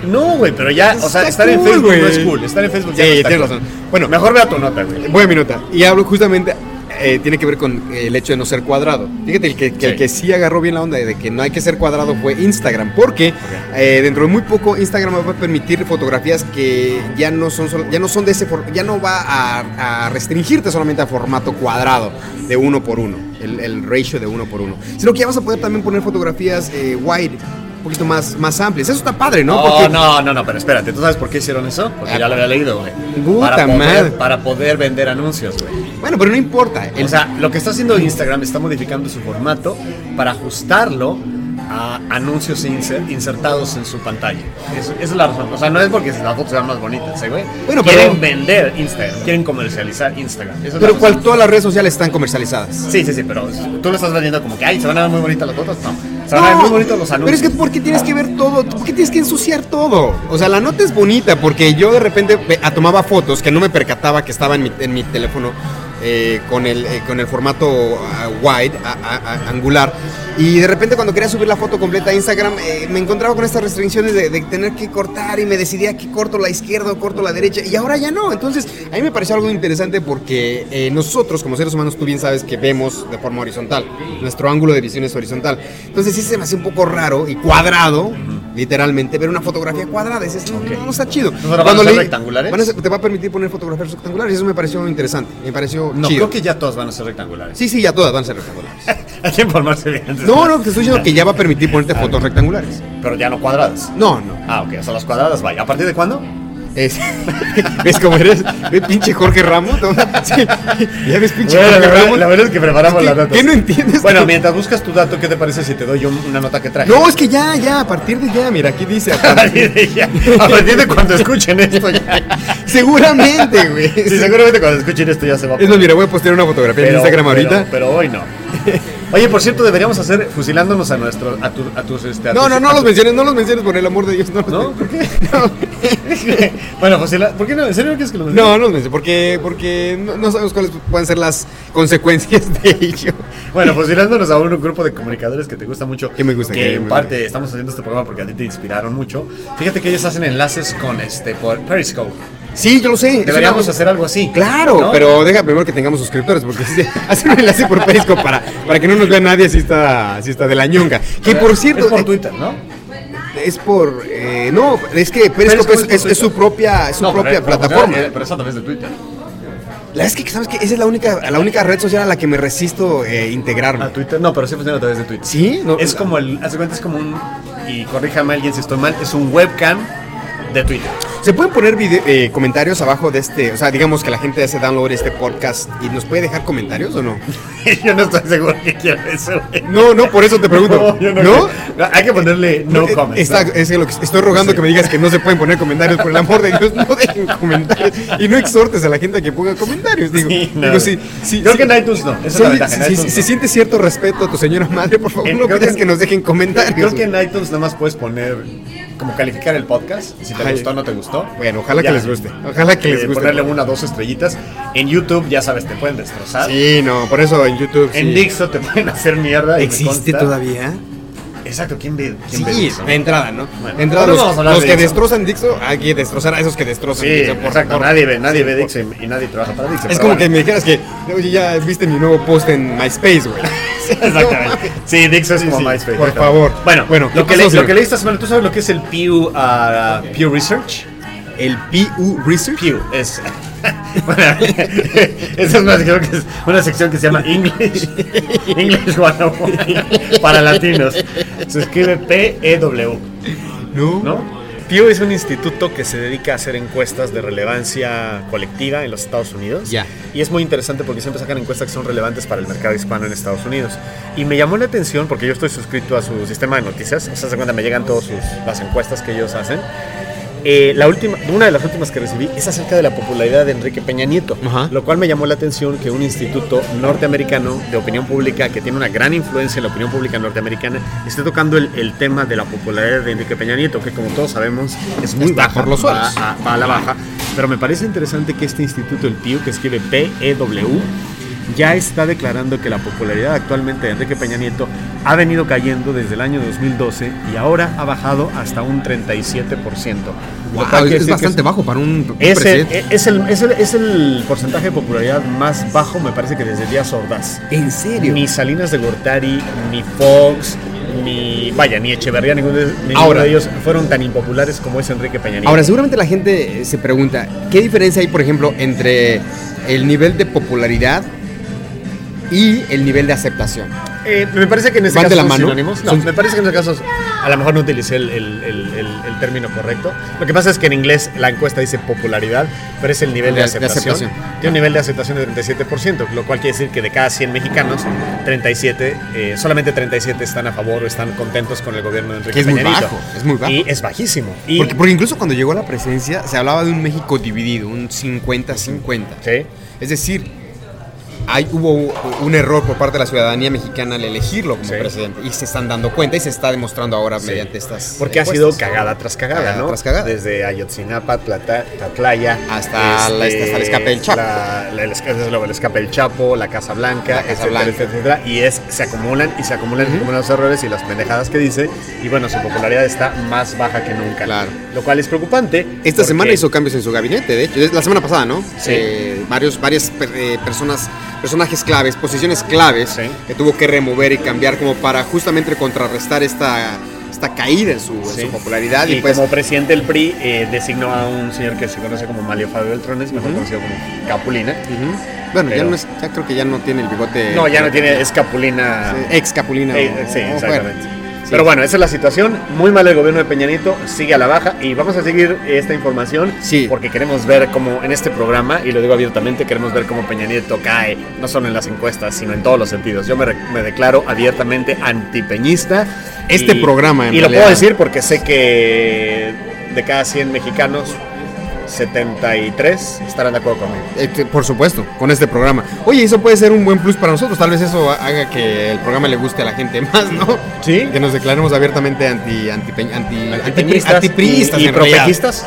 [SPEAKER 2] No, güey, pero ya, o sea,
[SPEAKER 3] Está
[SPEAKER 2] estar en
[SPEAKER 3] cool,
[SPEAKER 2] Facebook no
[SPEAKER 3] güey.
[SPEAKER 2] es cool. Estar en Facebook ya
[SPEAKER 3] Sí,
[SPEAKER 2] no está
[SPEAKER 3] tienes
[SPEAKER 2] cool.
[SPEAKER 3] razón. Bueno.
[SPEAKER 2] mejor vea tu nota, güey.
[SPEAKER 3] Voy a mi nota. Y hablo justamente, eh, tiene que ver con eh, el hecho de no ser cuadrado. Fíjate, el que, que el
[SPEAKER 2] Sí.
[SPEAKER 3] que sí agarró bien la onda de que no hay que ser cuadrado fue Instagram, porque eh, dentro de muy poco Instagram va a permitir fotografías que ya no son, sol- ya no son de ese for- ya no va a, a restringirte solamente a formato cuadrado de uno por uno, el, el ratio de uno por uno, sino que ya vas a poder también poner fotografías eh, wide, un poquito más, más amplias. Eso está padre, ¿no?
[SPEAKER 2] No, Ah,
[SPEAKER 3] Porque-
[SPEAKER 2] Oh, no, no, no, pero espérate, ¿tú sabes por qué hicieron eso? Porque ya lo había leído, güey.
[SPEAKER 3] Puta
[SPEAKER 2] para,
[SPEAKER 3] madre.
[SPEAKER 2] poder, para poder vender anuncios, güey.
[SPEAKER 3] Bueno, pero no importa. El,
[SPEAKER 2] O sea, lo que está haciendo Instagram está modificando su formato para ajustarlo a anuncios inser- insertados en su pantalla. Es- esa es la razón. O sea, no es porque las fotos sean más bonitas, ¿sí, güey.
[SPEAKER 3] Bueno,
[SPEAKER 2] quieren
[SPEAKER 3] pero-
[SPEAKER 2] vender Instagram, quieren comercializar Instagram. Esa es la
[SPEAKER 3] pero
[SPEAKER 2] razón.
[SPEAKER 3] cual, todas las redes sociales están comercializadas.
[SPEAKER 2] Sí, sí, sí, pero tú lo estás vendiendo como que, ay, se van a ver muy bonitas las fotos. No, se van a ver
[SPEAKER 3] No,
[SPEAKER 2] muy bonitos los
[SPEAKER 3] Pero
[SPEAKER 2] anuncios.
[SPEAKER 3] es que ¿por qué tienes que ver todo? ¿Por qué tienes que ensuciar todo? O sea, la nota es bonita porque yo de repente pe- a- tomaba fotos que no me percataba que estaba en mi, en mi teléfono eh, con, el, eh, con el formato ah, wide, a- a- a- angular. Y de repente cuando quería subir la foto completa a Instagram eh, me encontraba con estas restricciones de, de tener que cortar y me decidía que corto la izquierda o corto la derecha y ahora ya no. Entonces a mí me pareció algo interesante porque eh, nosotros como seres humanos tú bien sabes que vemos de forma horizontal. Nuestro ángulo de visión es horizontal. Entonces sí se me hace un poco raro y cuadrado. Literalmente ver una fotografía cuadrada, dices, no, no, no está chido.
[SPEAKER 2] Entonces, ahora van a ser rectangulares.
[SPEAKER 3] van a ser- te va a permitir poner fotografías rectangulares, eso me pareció interesante, me pareció
[SPEAKER 2] No,
[SPEAKER 3] chido.
[SPEAKER 2] creo que ya todas van a ser rectangulares.
[SPEAKER 3] Sí, sí, ya todas van a ser rectangulares.
[SPEAKER 2] Hay que informarse bien. antes
[SPEAKER 3] No,
[SPEAKER 2] de-
[SPEAKER 3] no, te estoy diciendo que ya va a permitir ponerte fotos rectangulares.
[SPEAKER 2] Pero ya no cuadradas.
[SPEAKER 3] No, no.
[SPEAKER 2] Ah, ok, o sea, las cuadradas, vaya. ¿A partir de cuándo?
[SPEAKER 3] Es- ¿Ves cómo eres? ¿Ves pinche Jorge Ramos? ¿no? Sí. ¿Ya ves pinche
[SPEAKER 2] Bueno,
[SPEAKER 3] Jorge
[SPEAKER 2] la, verdad,
[SPEAKER 3] Ramos?
[SPEAKER 2] la verdad es que preparamos
[SPEAKER 3] ¿Qué-
[SPEAKER 2] las notas.
[SPEAKER 3] qué no entiendes?
[SPEAKER 2] Bueno, mientras buscas tu dato, ¿qué te parece si te doy yo una nota que traje?
[SPEAKER 3] No, es que ya, ya, a partir de ya, mira, aquí dice. a partir-
[SPEAKER 2] a partir de cuando escuchen esto ya.
[SPEAKER 3] Seguramente, güey.
[SPEAKER 2] Sí, seguramente cuando escuchen esto ya se va a
[SPEAKER 3] Es más, mira, voy a postear una fotografía en Instagram ahorita.
[SPEAKER 2] Pero, pero hoy no. Oye, por cierto, deberíamos hacer fusilándonos a nuestro, a, tu- a tus este, a
[SPEAKER 3] no,
[SPEAKER 2] tus-
[SPEAKER 3] no,
[SPEAKER 2] a
[SPEAKER 3] no los
[SPEAKER 2] tus-
[SPEAKER 3] menciones, no los menciones, por el amor de Dios, no los
[SPEAKER 2] ¿No?
[SPEAKER 3] menciones.
[SPEAKER 2] ¿Por qué? bueno, fusila- ¿por qué no? ¿En serio crees que lo
[SPEAKER 3] No, no los menciones, porque, porque no, no sabemos cuáles pueden ser las consecuencias de ello.
[SPEAKER 2] Bueno, fusilándonos a un grupo de comunicadores que te gusta mucho.
[SPEAKER 3] Que me gusta,
[SPEAKER 2] Que
[SPEAKER 3] que
[SPEAKER 2] en
[SPEAKER 3] me-
[SPEAKER 2] parte estamos haciendo este programa porque a ti te inspiraron mucho. Fíjate que ellos hacen enlaces con este por Periscope.
[SPEAKER 3] Sí, yo lo sé. es
[SPEAKER 2] Deberíamos
[SPEAKER 3] una-
[SPEAKER 2] hacer algo así.
[SPEAKER 3] Claro,
[SPEAKER 2] ¿no?
[SPEAKER 3] pero deja primero que tengamos suscriptores, porque si se- hacer un enlace por Periscope para, para que no nos vea nadie si está, si está de la ñonga. Que por cierto,
[SPEAKER 2] Es por
[SPEAKER 3] eh,
[SPEAKER 2] Twitter, ¿no?
[SPEAKER 3] es por, eh, no, es que Periscope
[SPEAKER 2] Periscope
[SPEAKER 3] es,
[SPEAKER 2] es por
[SPEAKER 3] es- es su
[SPEAKER 2] Twitter.
[SPEAKER 3] propia, es su
[SPEAKER 2] No, pero-
[SPEAKER 3] propia
[SPEAKER 2] pero-
[SPEAKER 3] plataforma.
[SPEAKER 2] Pero, pero es eh. a través de Twitter.
[SPEAKER 3] La verdad es que, ¿sabes qué? Esa es la única, la única red social a la que me resisto eh, integrarme.
[SPEAKER 2] A Twitter, no, pero sí funciona a través de Twitter.
[SPEAKER 3] ¿Sí? No,
[SPEAKER 2] Es como el, haz de cuenta, es como un, y corríjame a alguien si estoy mal, es un webcam de Twitter.
[SPEAKER 3] Se pueden poner vide- eh, comentarios abajo de este, o sea, digamos que la gente hace download este podcast y nos puede dejar comentarios o no?
[SPEAKER 2] Yo no estoy seguro que quiera eso, güey.
[SPEAKER 3] No, no, por eso te pregunto.
[SPEAKER 2] yo no,
[SPEAKER 3] ¿No?
[SPEAKER 2] creo. No, Hay que ponerle no
[SPEAKER 3] Eh,
[SPEAKER 2] comment.
[SPEAKER 3] está-
[SPEAKER 2] ¿no?
[SPEAKER 3] es que lo que estoy rogando que me digas que no se pueden poner comentarios, por el amor de Dios, no dejen comentarios. Y no exhortes a la gente a que ponga comentarios. Digo,
[SPEAKER 2] Sí, no.
[SPEAKER 3] digo, sí, sí,
[SPEAKER 2] Creo
[SPEAKER 3] sí.
[SPEAKER 2] que en iTunes no. Esa es
[SPEAKER 3] Sí,
[SPEAKER 2] la ventaja. en
[SPEAKER 3] sí,
[SPEAKER 2] iTunes
[SPEAKER 3] sí,
[SPEAKER 2] no.
[SPEAKER 3] Si sientes cierto respeto a tu señora madre, por favor,
[SPEAKER 2] Eh,
[SPEAKER 3] no
[SPEAKER 2] creo
[SPEAKER 3] pidas
[SPEAKER 2] que-
[SPEAKER 3] que nos dejen comentarios.
[SPEAKER 2] Creo que en iTunes nada más puedes poner como calificar el podcast, si te
[SPEAKER 3] Ay.
[SPEAKER 2] gustó o no te gustó.
[SPEAKER 3] Bueno, ojalá
[SPEAKER 2] Ya.
[SPEAKER 3] que les guste. Ojalá que les
[SPEAKER 2] Eh,
[SPEAKER 3] guste.
[SPEAKER 2] Ponerle una o dos estrellitas. En YouTube, ya sabes, te pueden destrozar.
[SPEAKER 3] Sí, no, por eso en YouTube.
[SPEAKER 2] En
[SPEAKER 3] sí.
[SPEAKER 2] Dixo te pueden hacer mierda. y me
[SPEAKER 3] ¿Existe
[SPEAKER 2] consta.
[SPEAKER 3] todavía?
[SPEAKER 2] Exacto, ¿quién ve?
[SPEAKER 3] Sí,
[SPEAKER 2] ¿Quién ve eso?
[SPEAKER 3] de entrada, ¿no?
[SPEAKER 2] Bueno,
[SPEAKER 3] de entrada,
[SPEAKER 2] no
[SPEAKER 3] los,
[SPEAKER 2] vamos a hablar
[SPEAKER 3] los
[SPEAKER 2] de
[SPEAKER 3] que
[SPEAKER 2] eso.
[SPEAKER 3] destrozan Dixo, hay que destrozar a esos que destrozan
[SPEAKER 2] Sí,
[SPEAKER 3] Dixo, por
[SPEAKER 2] exacto,
[SPEAKER 3] favor.
[SPEAKER 2] nadie ve, nadie
[SPEAKER 3] Sí,
[SPEAKER 2] ve
[SPEAKER 3] por-
[SPEAKER 2] Dixie y nadie trabaja para Dixie.
[SPEAKER 3] Es
[SPEAKER 2] pero
[SPEAKER 3] como que
[SPEAKER 2] bueno.
[SPEAKER 3] me dijeras que, oye, ya viste mi nuevo post en MySpace, güey.
[SPEAKER 2] Exactamente. Sí, Dixie es como
[SPEAKER 3] sí,
[SPEAKER 2] MySpace.
[SPEAKER 3] por
[SPEAKER 2] exacto.
[SPEAKER 3] favor.
[SPEAKER 2] Bueno,
[SPEAKER 3] Bueno,
[SPEAKER 2] lo,
[SPEAKER 3] ¿qué
[SPEAKER 2] que
[SPEAKER 3] pasó,
[SPEAKER 2] le, lo
[SPEAKER 3] señor?
[SPEAKER 2] que leíste esta semana, ¿tú sabes lo que es el Pew, ah, Pew Research?
[SPEAKER 3] El PU Research.
[SPEAKER 2] Pew es. Bueno, esa es una, creo que es una sección que se llama English, English 101 para latinos. Se escribe E P-E-W.
[SPEAKER 3] No. Ah,
[SPEAKER 2] ¿no? Pew es un instituto que se dedica a hacer encuestas de relevancia colectiva en los Estados Unidos.
[SPEAKER 3] Ya.
[SPEAKER 2] Y es muy interesante porque siempre sacan encuestas que son relevantes para el mercado hispano en Estados Unidos. Y me llamó la atención porque yo estoy suscrito a su sistema de noticias. O sea, se cuenta, me llegan todas sus- las encuestas que ellos hacen. Eh, la última, una de las últimas que recibí es acerca de la popularidad de Enrique Peña Nieto,
[SPEAKER 3] Ajá.
[SPEAKER 2] lo cual me llamó la atención que un instituto norteamericano de opinión pública que tiene una gran influencia en la opinión pública norteamericana esté tocando el, el tema de la popularidad de Enrique Peña Nieto, que como todos sabemos es muy
[SPEAKER 3] Está
[SPEAKER 2] baja,
[SPEAKER 3] por los
[SPEAKER 2] va,
[SPEAKER 3] suelos.
[SPEAKER 2] a, va a la baja. Pero me parece interesante que este instituto, el PIU, que escribe E P-E-W, ya está declarando que la popularidad actualmente de Enrique Peña Nieto ha venido cayendo desde el año 2012 y ahora ha bajado hasta un 37%. Lo cual
[SPEAKER 3] Wow,
[SPEAKER 2] quiere
[SPEAKER 3] es
[SPEAKER 2] decir
[SPEAKER 3] bastante
[SPEAKER 2] que
[SPEAKER 3] bajo para un, un
[SPEAKER 2] es- es el,
[SPEAKER 3] presidente.
[SPEAKER 2] es, el, es, el, es el porcentaje de popularidad más bajo, me parece que desde Díaz Ordaz.
[SPEAKER 3] ¿En serio?
[SPEAKER 2] Ni Salinas de Gortari, ni Fox, ni. Vaya, ni Echeverría, ninguno de, ninguno
[SPEAKER 3] Ahora.
[SPEAKER 2] de ellos fueron tan impopulares como es Enrique Peña Nieto.
[SPEAKER 3] Ahora, seguramente la gente eh, se pregunta, ¿qué diferencia hay, por ejemplo, entre el nivel de popularidad y el nivel de aceptación?
[SPEAKER 2] Eh, me parece que en este
[SPEAKER 3] ¿Van
[SPEAKER 2] caso
[SPEAKER 3] de la
[SPEAKER 2] son
[SPEAKER 3] mano?
[SPEAKER 2] sinónimos. No,
[SPEAKER 3] Son-
[SPEAKER 2] me parece que en este caso a lo mejor no utilicé el, el- el- el- el término correcto. Lo que pasa es que en inglés la encuesta dice popularidad, pero es el nivel de,
[SPEAKER 3] De- de
[SPEAKER 2] aceptación.
[SPEAKER 3] aceptación.
[SPEAKER 2] Tiene un nivel de aceptación de 37%, lo cual quiere decir que de cada 100 mexicanos, 37, eh, solamente 37 están a favor o están contentos con el gobierno de Enrique
[SPEAKER 3] Que es muy
[SPEAKER 2] Peña Nieto.
[SPEAKER 3] bajo, es muy bajo.
[SPEAKER 2] Y es bajísimo. Y,
[SPEAKER 3] Porque, porque incluso cuando llegó a la presidencia se hablaba de un México dividido, un 50-50.
[SPEAKER 2] Sí.
[SPEAKER 3] Es decir, hay, hubo un error por parte de la ciudadanía mexicana al elegirlo como
[SPEAKER 2] Sí.
[SPEAKER 3] presidente. Y se están dando cuenta y se está demostrando ahora
[SPEAKER 2] Sí.
[SPEAKER 3] mediante estas.
[SPEAKER 2] Porque ha sido
[SPEAKER 3] encuestas.
[SPEAKER 2] cagada tras cagada,
[SPEAKER 3] Cagada
[SPEAKER 2] ¿no?
[SPEAKER 3] tras cagada.
[SPEAKER 2] Desde Ayotzinapa, Plata, Tatlaya.
[SPEAKER 3] Hasta la- hasta el escape del Chapo.
[SPEAKER 2] la- la- el, esca- desde luego el escape del Chapo, la Casa Blanca,
[SPEAKER 3] La Casa
[SPEAKER 2] etcétera,
[SPEAKER 3] Blanca.
[SPEAKER 2] etcétera, etcétera. Y es, se acumulan y se acumulan, y se acumulan los errores y las pendejadas que dice. Y bueno, su popularidad está más baja que nunca.
[SPEAKER 3] Claro.
[SPEAKER 2] Lo cual es preocupante.
[SPEAKER 3] Esta
[SPEAKER 2] porque-
[SPEAKER 3] semana hizo cambios en su gabinete, de hecho, es la semana pasada, ¿no?
[SPEAKER 2] Sí.
[SPEAKER 3] Eh, varios, varias per- eh, personas, personajes claves, posiciones claves
[SPEAKER 2] Sí.
[SPEAKER 3] que tuvo que remover y cambiar como para justamente contrarrestar esta, esta caída en su, en
[SPEAKER 2] Sí.
[SPEAKER 3] su popularidad.
[SPEAKER 2] Y,
[SPEAKER 3] Y, pues,
[SPEAKER 2] como presidente del PRI, eh, designó a un señor que se conoce como Mario Fabio Beltrones, mejor conocido como Capulina.
[SPEAKER 3] Ujú. bueno, ya,
[SPEAKER 2] Pero-
[SPEAKER 3] no es- ya creo que ya no tiene el bigote.
[SPEAKER 2] No, ya no tiene, es Capulina.
[SPEAKER 3] eh, Sí, ex Capulina.
[SPEAKER 2] Eh,
[SPEAKER 3] o-
[SPEAKER 2] sí,
[SPEAKER 3] o fuera.
[SPEAKER 2] exactamente.
[SPEAKER 3] Sí.
[SPEAKER 2] Pero bueno, esa es la situación. Muy mal el gobierno de Peñanito, sigue a la baja y vamos a seguir esta información
[SPEAKER 3] Sí.
[SPEAKER 2] porque queremos ver cómo en este programa, y lo digo abiertamente, queremos ver cómo Peñanito cae, no solo en las encuestas, sino en todos los sentidos. Yo me, re- me declaro abiertamente antipeñista.
[SPEAKER 3] Este programa, en
[SPEAKER 2] Y lo
[SPEAKER 3] realidad.
[SPEAKER 2] puedo decir porque sé que de cada 100 mexicanos, 73 estarán de acuerdo conmigo.
[SPEAKER 3] Este, por supuesto, con este programa. Oye, eso puede ser un buen plus para nosotros. Tal vez eso haga que el programa le guste a la gente más, ¿no?
[SPEAKER 2] Sí.
[SPEAKER 3] Que nos declaremos abiertamente anti anti anti
[SPEAKER 2] Antipeñistas
[SPEAKER 3] antipriistas
[SPEAKER 2] y, y
[SPEAKER 3] en realidad.
[SPEAKER 2] propejistas.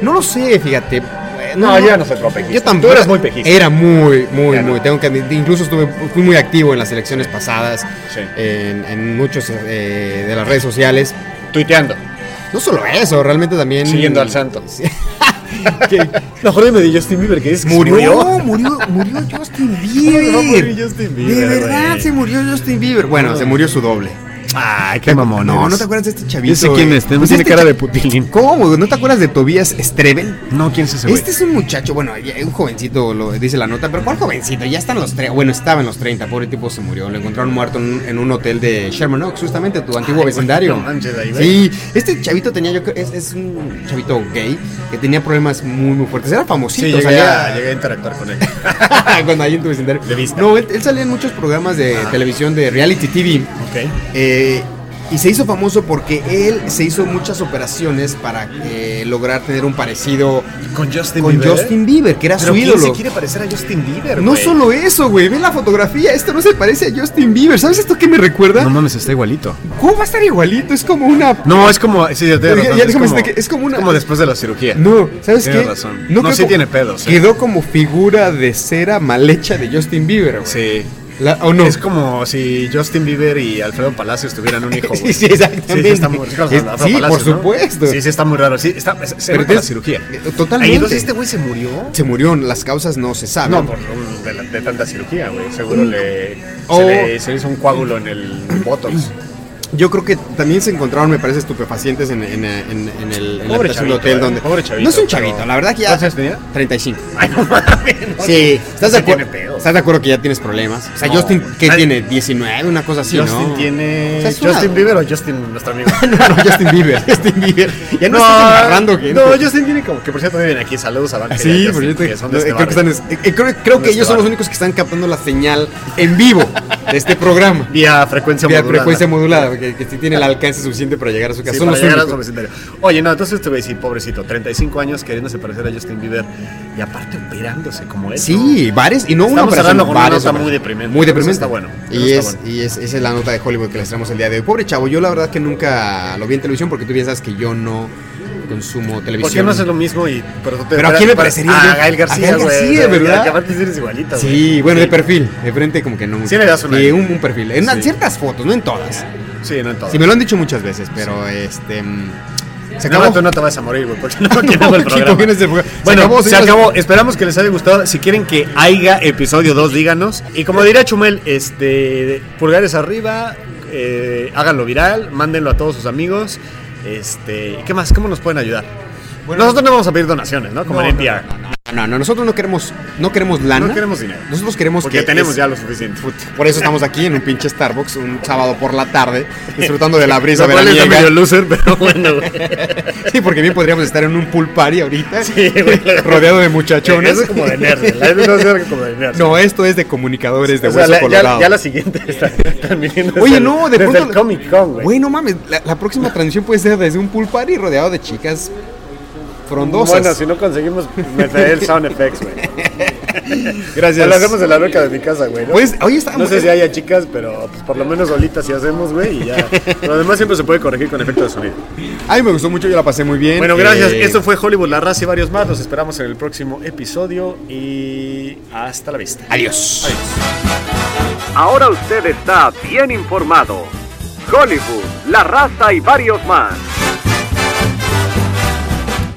[SPEAKER 3] No lo sé, fíjate. Eh,
[SPEAKER 2] No, yo ya no soy propejista.
[SPEAKER 3] Yo
[SPEAKER 2] Tú
[SPEAKER 3] tampoco.
[SPEAKER 2] eres muy pejista.
[SPEAKER 3] Era muy, muy,
[SPEAKER 2] Ya no.
[SPEAKER 3] muy. Tengo que admitir, incluso estuve, fui muy activo en las elecciones pasadas,
[SPEAKER 2] Sí.
[SPEAKER 3] en, en muchos eh, de las redes sociales.
[SPEAKER 2] Tuiteando.
[SPEAKER 3] No solo eso, realmente también.
[SPEAKER 2] Siguiendo al santo.
[SPEAKER 3] Sí.
[SPEAKER 2] No, Jorge me de Justin Bieber, que es
[SPEAKER 3] Murió, murió, murió Justin Bieber.
[SPEAKER 2] No, murió Justin Bieber,
[SPEAKER 3] De verdad,
[SPEAKER 2] güey.
[SPEAKER 3] se murió Justin Bieber. Bueno, se murió su doble.
[SPEAKER 2] Ay, qué mamón.
[SPEAKER 3] No,
[SPEAKER 2] eres.
[SPEAKER 3] ¿no te acuerdas de este
[SPEAKER 2] Yo
[SPEAKER 3] chavito?
[SPEAKER 2] sé quién
[SPEAKER 3] güey?
[SPEAKER 2] es, no
[SPEAKER 3] Pues
[SPEAKER 2] tiene
[SPEAKER 3] este
[SPEAKER 2] cara
[SPEAKER 3] cha-
[SPEAKER 2] de putilín.
[SPEAKER 3] ¿Cómo, güey? ¿No te acuerdas de Tobias Strebel?
[SPEAKER 2] No, ¿quién es ese güey?
[SPEAKER 3] Este es un muchacho, bueno, ya- un jovencito, lo dice la nota, pero ¿cuál jovencito? Ya están los tres, bueno, estaba en los 30, pobre tipo se murió, lo encontraron muerto en un, en un hotel de Sherman Oaks, justamente tu antiguo
[SPEAKER 2] Ay, güey,
[SPEAKER 3] vecindario.
[SPEAKER 2] no manches, ahí, güey.
[SPEAKER 3] sí, este chavito tenía, yo creo, es, es un chavito gay que tenía problemas muy, muy fuertes, era famosito,
[SPEAKER 2] Sí,
[SPEAKER 3] o sea,
[SPEAKER 2] llegué,
[SPEAKER 3] ya-
[SPEAKER 2] a, llegué a interactuar con él.
[SPEAKER 3] cuando hay en tu vecindario.
[SPEAKER 2] De vista.
[SPEAKER 3] No, él, él salía en muchos programas de televisión de reality TV.
[SPEAKER 2] ok.
[SPEAKER 3] eh, y se hizo famoso porque él se hizo muchas operaciones para eh, lograr tener un parecido
[SPEAKER 2] Con Justin
[SPEAKER 3] con Justin Bieber, que era
[SPEAKER 2] Pero
[SPEAKER 3] su
[SPEAKER 2] ¿quién
[SPEAKER 3] ídolo.
[SPEAKER 2] se quiere parecer a Justin Bieber,
[SPEAKER 3] No
[SPEAKER 2] güey?
[SPEAKER 3] solo eso, güey, ve la fotografía, esto no se parece a Justin Bieber. ¿Sabes esto que me recuerda?
[SPEAKER 2] No mames, está igualito.
[SPEAKER 3] ¿Cómo va a estar igualito? Es como una...
[SPEAKER 2] No, es como. Sí, ya te
[SPEAKER 3] Ya- ya déjame decirte que es como una-
[SPEAKER 2] Como después de la cirugía.
[SPEAKER 3] No, ¿sabes
[SPEAKER 2] Tienes
[SPEAKER 3] qué?
[SPEAKER 2] razón. No,
[SPEAKER 3] creo
[SPEAKER 2] sí
[SPEAKER 3] que-
[SPEAKER 2] tiene pedos, eh.
[SPEAKER 3] Quedó como figura de cera mal hecha de Justin Bieber, güey.
[SPEAKER 2] Sí.
[SPEAKER 3] La- ¿O no?
[SPEAKER 2] Es como si Justin Bieber y Alfredo Palacios tuvieran un hijo. güey.
[SPEAKER 3] Sí, sí, exactamente.
[SPEAKER 2] Sí, sí, está muy raro.
[SPEAKER 3] Es-
[SPEAKER 2] Alfredo
[SPEAKER 3] sí,
[SPEAKER 2] Palacios,
[SPEAKER 3] por
[SPEAKER 2] ¿no?
[SPEAKER 3] supuesto.
[SPEAKER 2] Sí, sí, está muy raro. Sí, está, se- se
[SPEAKER 3] Pero
[SPEAKER 2] nota la
[SPEAKER 3] tienes-
[SPEAKER 2] cirugía.
[SPEAKER 3] eh, totalmente.
[SPEAKER 2] Ay, entonces este güey se murió. Ah,
[SPEAKER 3] Se murió, las causas no se saben.
[SPEAKER 2] No, por un- de, la- de tanta cirugía, güey. Seguro le,
[SPEAKER 3] O-
[SPEAKER 2] se le se le hizo un coágulo en el
[SPEAKER 3] Mm.
[SPEAKER 2] botox.
[SPEAKER 3] Yo creo que también se encontraron, me parece, estupefacientes en, en- en- en el en la
[SPEAKER 2] Pobre
[SPEAKER 3] habitación
[SPEAKER 2] chavito,
[SPEAKER 3] de hotel
[SPEAKER 2] eh,
[SPEAKER 3] donde.
[SPEAKER 2] pobre chavito,
[SPEAKER 3] no es un
[SPEAKER 2] pero-
[SPEAKER 3] chavito, la verdad que ya.
[SPEAKER 2] ¿Cuántos años tenía?
[SPEAKER 3] 35.
[SPEAKER 2] Ay, no mames. no,
[SPEAKER 3] Sí, ¿estás de,
[SPEAKER 2] sí tiene
[SPEAKER 3] acuerdo?
[SPEAKER 2] pedos.
[SPEAKER 3] ¿Estás de acuerdo que ya tienes problemas? O sea,
[SPEAKER 2] No,
[SPEAKER 3] Justin,
[SPEAKER 2] güey.
[SPEAKER 3] ¿qué
[SPEAKER 2] Ay.
[SPEAKER 3] tiene? 19, una cosa así,
[SPEAKER 2] Justin
[SPEAKER 3] ¿no?
[SPEAKER 2] tiene.
[SPEAKER 3] O sea, es una-
[SPEAKER 2] ¿Justin Bieber o Justin, nuestro amigo?
[SPEAKER 3] No, no, Justin Bieber. Justin Bieber. Ya no, estás embarrando, gente.
[SPEAKER 2] No, Justin tiene como que por cierto viven aquí. Saludos a Banca.
[SPEAKER 3] Ah, Sí, pero yo te-
[SPEAKER 2] que son de
[SPEAKER 3] no,
[SPEAKER 2] este
[SPEAKER 3] creo que,
[SPEAKER 2] barrio.
[SPEAKER 3] están- eh, eh, creo- creo
[SPEAKER 2] de este
[SPEAKER 3] que ellos son los
[SPEAKER 2] barrio.
[SPEAKER 3] únicos que están captando la señal en vivo de este programa.
[SPEAKER 2] Vía frecuencia
[SPEAKER 3] De
[SPEAKER 2] modulada.
[SPEAKER 3] frecuencia modulada, que, que sí tiene el alcance suficiente para llegar a su casa.
[SPEAKER 2] Sí,
[SPEAKER 3] Son
[SPEAKER 2] para
[SPEAKER 3] los
[SPEAKER 2] llegar a
[SPEAKER 3] únicos.
[SPEAKER 2] su vecindario. Oye, no, entonces te voy a decir, pobrecito, 35 años queriéndose parecer a Justin Bieber y aparte operándose como él.
[SPEAKER 3] Sí, bares y no
[SPEAKER 2] Estamos
[SPEAKER 3] una operación,
[SPEAKER 2] hablando con una
[SPEAKER 3] varias
[SPEAKER 2] nota
[SPEAKER 3] operaciones.
[SPEAKER 2] muy deprimente.
[SPEAKER 3] Muy
[SPEAKER 2] Eso
[SPEAKER 3] deprimente.
[SPEAKER 2] está bueno, eso
[SPEAKER 3] Y,
[SPEAKER 2] está
[SPEAKER 3] es,
[SPEAKER 2] bueno.
[SPEAKER 3] y es, esa es la nota de Hollywood que les traemos el día de hoy. Pobre chavo, yo la verdad que nunca lo vi en televisión porque tú piensas que yo no consumo televisión.
[SPEAKER 2] ¿Por qué no haces lo mismo y pero, tú te
[SPEAKER 3] Pero ¿a
[SPEAKER 2] esperas-
[SPEAKER 3] quién me
[SPEAKER 2] para-
[SPEAKER 3] parecería
[SPEAKER 2] Ah,
[SPEAKER 3] yo?
[SPEAKER 2] A Gael
[SPEAKER 3] A
[SPEAKER 2] García,
[SPEAKER 3] Gael
[SPEAKER 2] güey.
[SPEAKER 3] García, ¿verdad?
[SPEAKER 2] Que aparte eres igualita, güey.
[SPEAKER 3] Sí, bueno, de perfil. De frente como que no mucho.
[SPEAKER 2] Sí le das una-
[SPEAKER 3] Sí, un, un perfil. En
[SPEAKER 2] Sí.
[SPEAKER 3] ciertas fotos, no en todas.
[SPEAKER 2] Sí, no en todo.
[SPEAKER 3] Sí, me lo han dicho muchas veces, pero este... mm, Se
[SPEAKER 2] No,
[SPEAKER 3] acabó.
[SPEAKER 2] tú no te vas a morir, güey, porque no continuamos el
[SPEAKER 3] porque
[SPEAKER 2] programa.
[SPEAKER 3] comiences el programa. Se
[SPEAKER 2] Bueno, se
[SPEAKER 3] acabó,
[SPEAKER 2] acabó,
[SPEAKER 3] señores.
[SPEAKER 2] Esperamos que les haya gustado. Si quieren que haya episodio 2, díganos. Y como dirá Chumel, este, pulgares arriba, eh, háganlo viral, mándenlo a todos sus amigos. Este, ¿Qué más? ¿Cómo nos pueden ayudar? Nosotros no vamos a pedir donaciones, ¿no? Como en NPR. No,
[SPEAKER 3] No, no, nosotros no queremos, no queremos lana.
[SPEAKER 2] queremos dinero.
[SPEAKER 3] Nosotros queremos
[SPEAKER 2] Porque
[SPEAKER 3] que
[SPEAKER 2] tenemos
[SPEAKER 3] es-
[SPEAKER 2] ya lo suficiente.
[SPEAKER 3] Por eso estamos aquí en un pinche Starbucks un sábado por la tarde, disfrutando de la brisa
[SPEAKER 2] Lo cual está
[SPEAKER 3] veraniega.
[SPEAKER 2] medio loser, pero bueno, güey.
[SPEAKER 3] Sí, porque bien podríamos estar en un pool party ahorita,
[SPEAKER 2] Sí, güey.
[SPEAKER 3] rodeado de muchachones.
[SPEAKER 2] Eso es como de nerd. La verdad, no es como de nerd.
[SPEAKER 3] No, esto es de comunicadores de
[SPEAKER 2] O sea,
[SPEAKER 3] hueso
[SPEAKER 2] la- ya,
[SPEAKER 3] colorado.
[SPEAKER 2] ya la siguiente está también desde
[SPEAKER 3] Oye,
[SPEAKER 2] el-
[SPEAKER 3] no, de
[SPEAKER 2] desde
[SPEAKER 3] pronto...
[SPEAKER 2] el Comic Con, güey.
[SPEAKER 3] Güey, no mames, la, la próxima transición puede ser desde un pool party rodeado de chicas frondosas.
[SPEAKER 2] Bueno, si no conseguimos meter el sound effects, güey.
[SPEAKER 3] Gracias.
[SPEAKER 2] Lo hacemos en la roca de mi casa, güey. ¿no?
[SPEAKER 3] Pues, hoy está...
[SPEAKER 2] no sé si haya chicas, pero pues, por lo menos solitas si hacemos, güey, y ya. Lo demás siempre se puede corregir con efecto de sonido.
[SPEAKER 3] Ay, me gustó mucho, yo la pasé muy bien.
[SPEAKER 2] Bueno, gracias.
[SPEAKER 3] Eh,
[SPEAKER 2] Esto fue Hollywood, La Raza y varios más. Los esperamos en el próximo episodio y hasta la vista.
[SPEAKER 3] Adiós.
[SPEAKER 1] Ahora usted está bien informado. Hollywood, La Raza y varios más.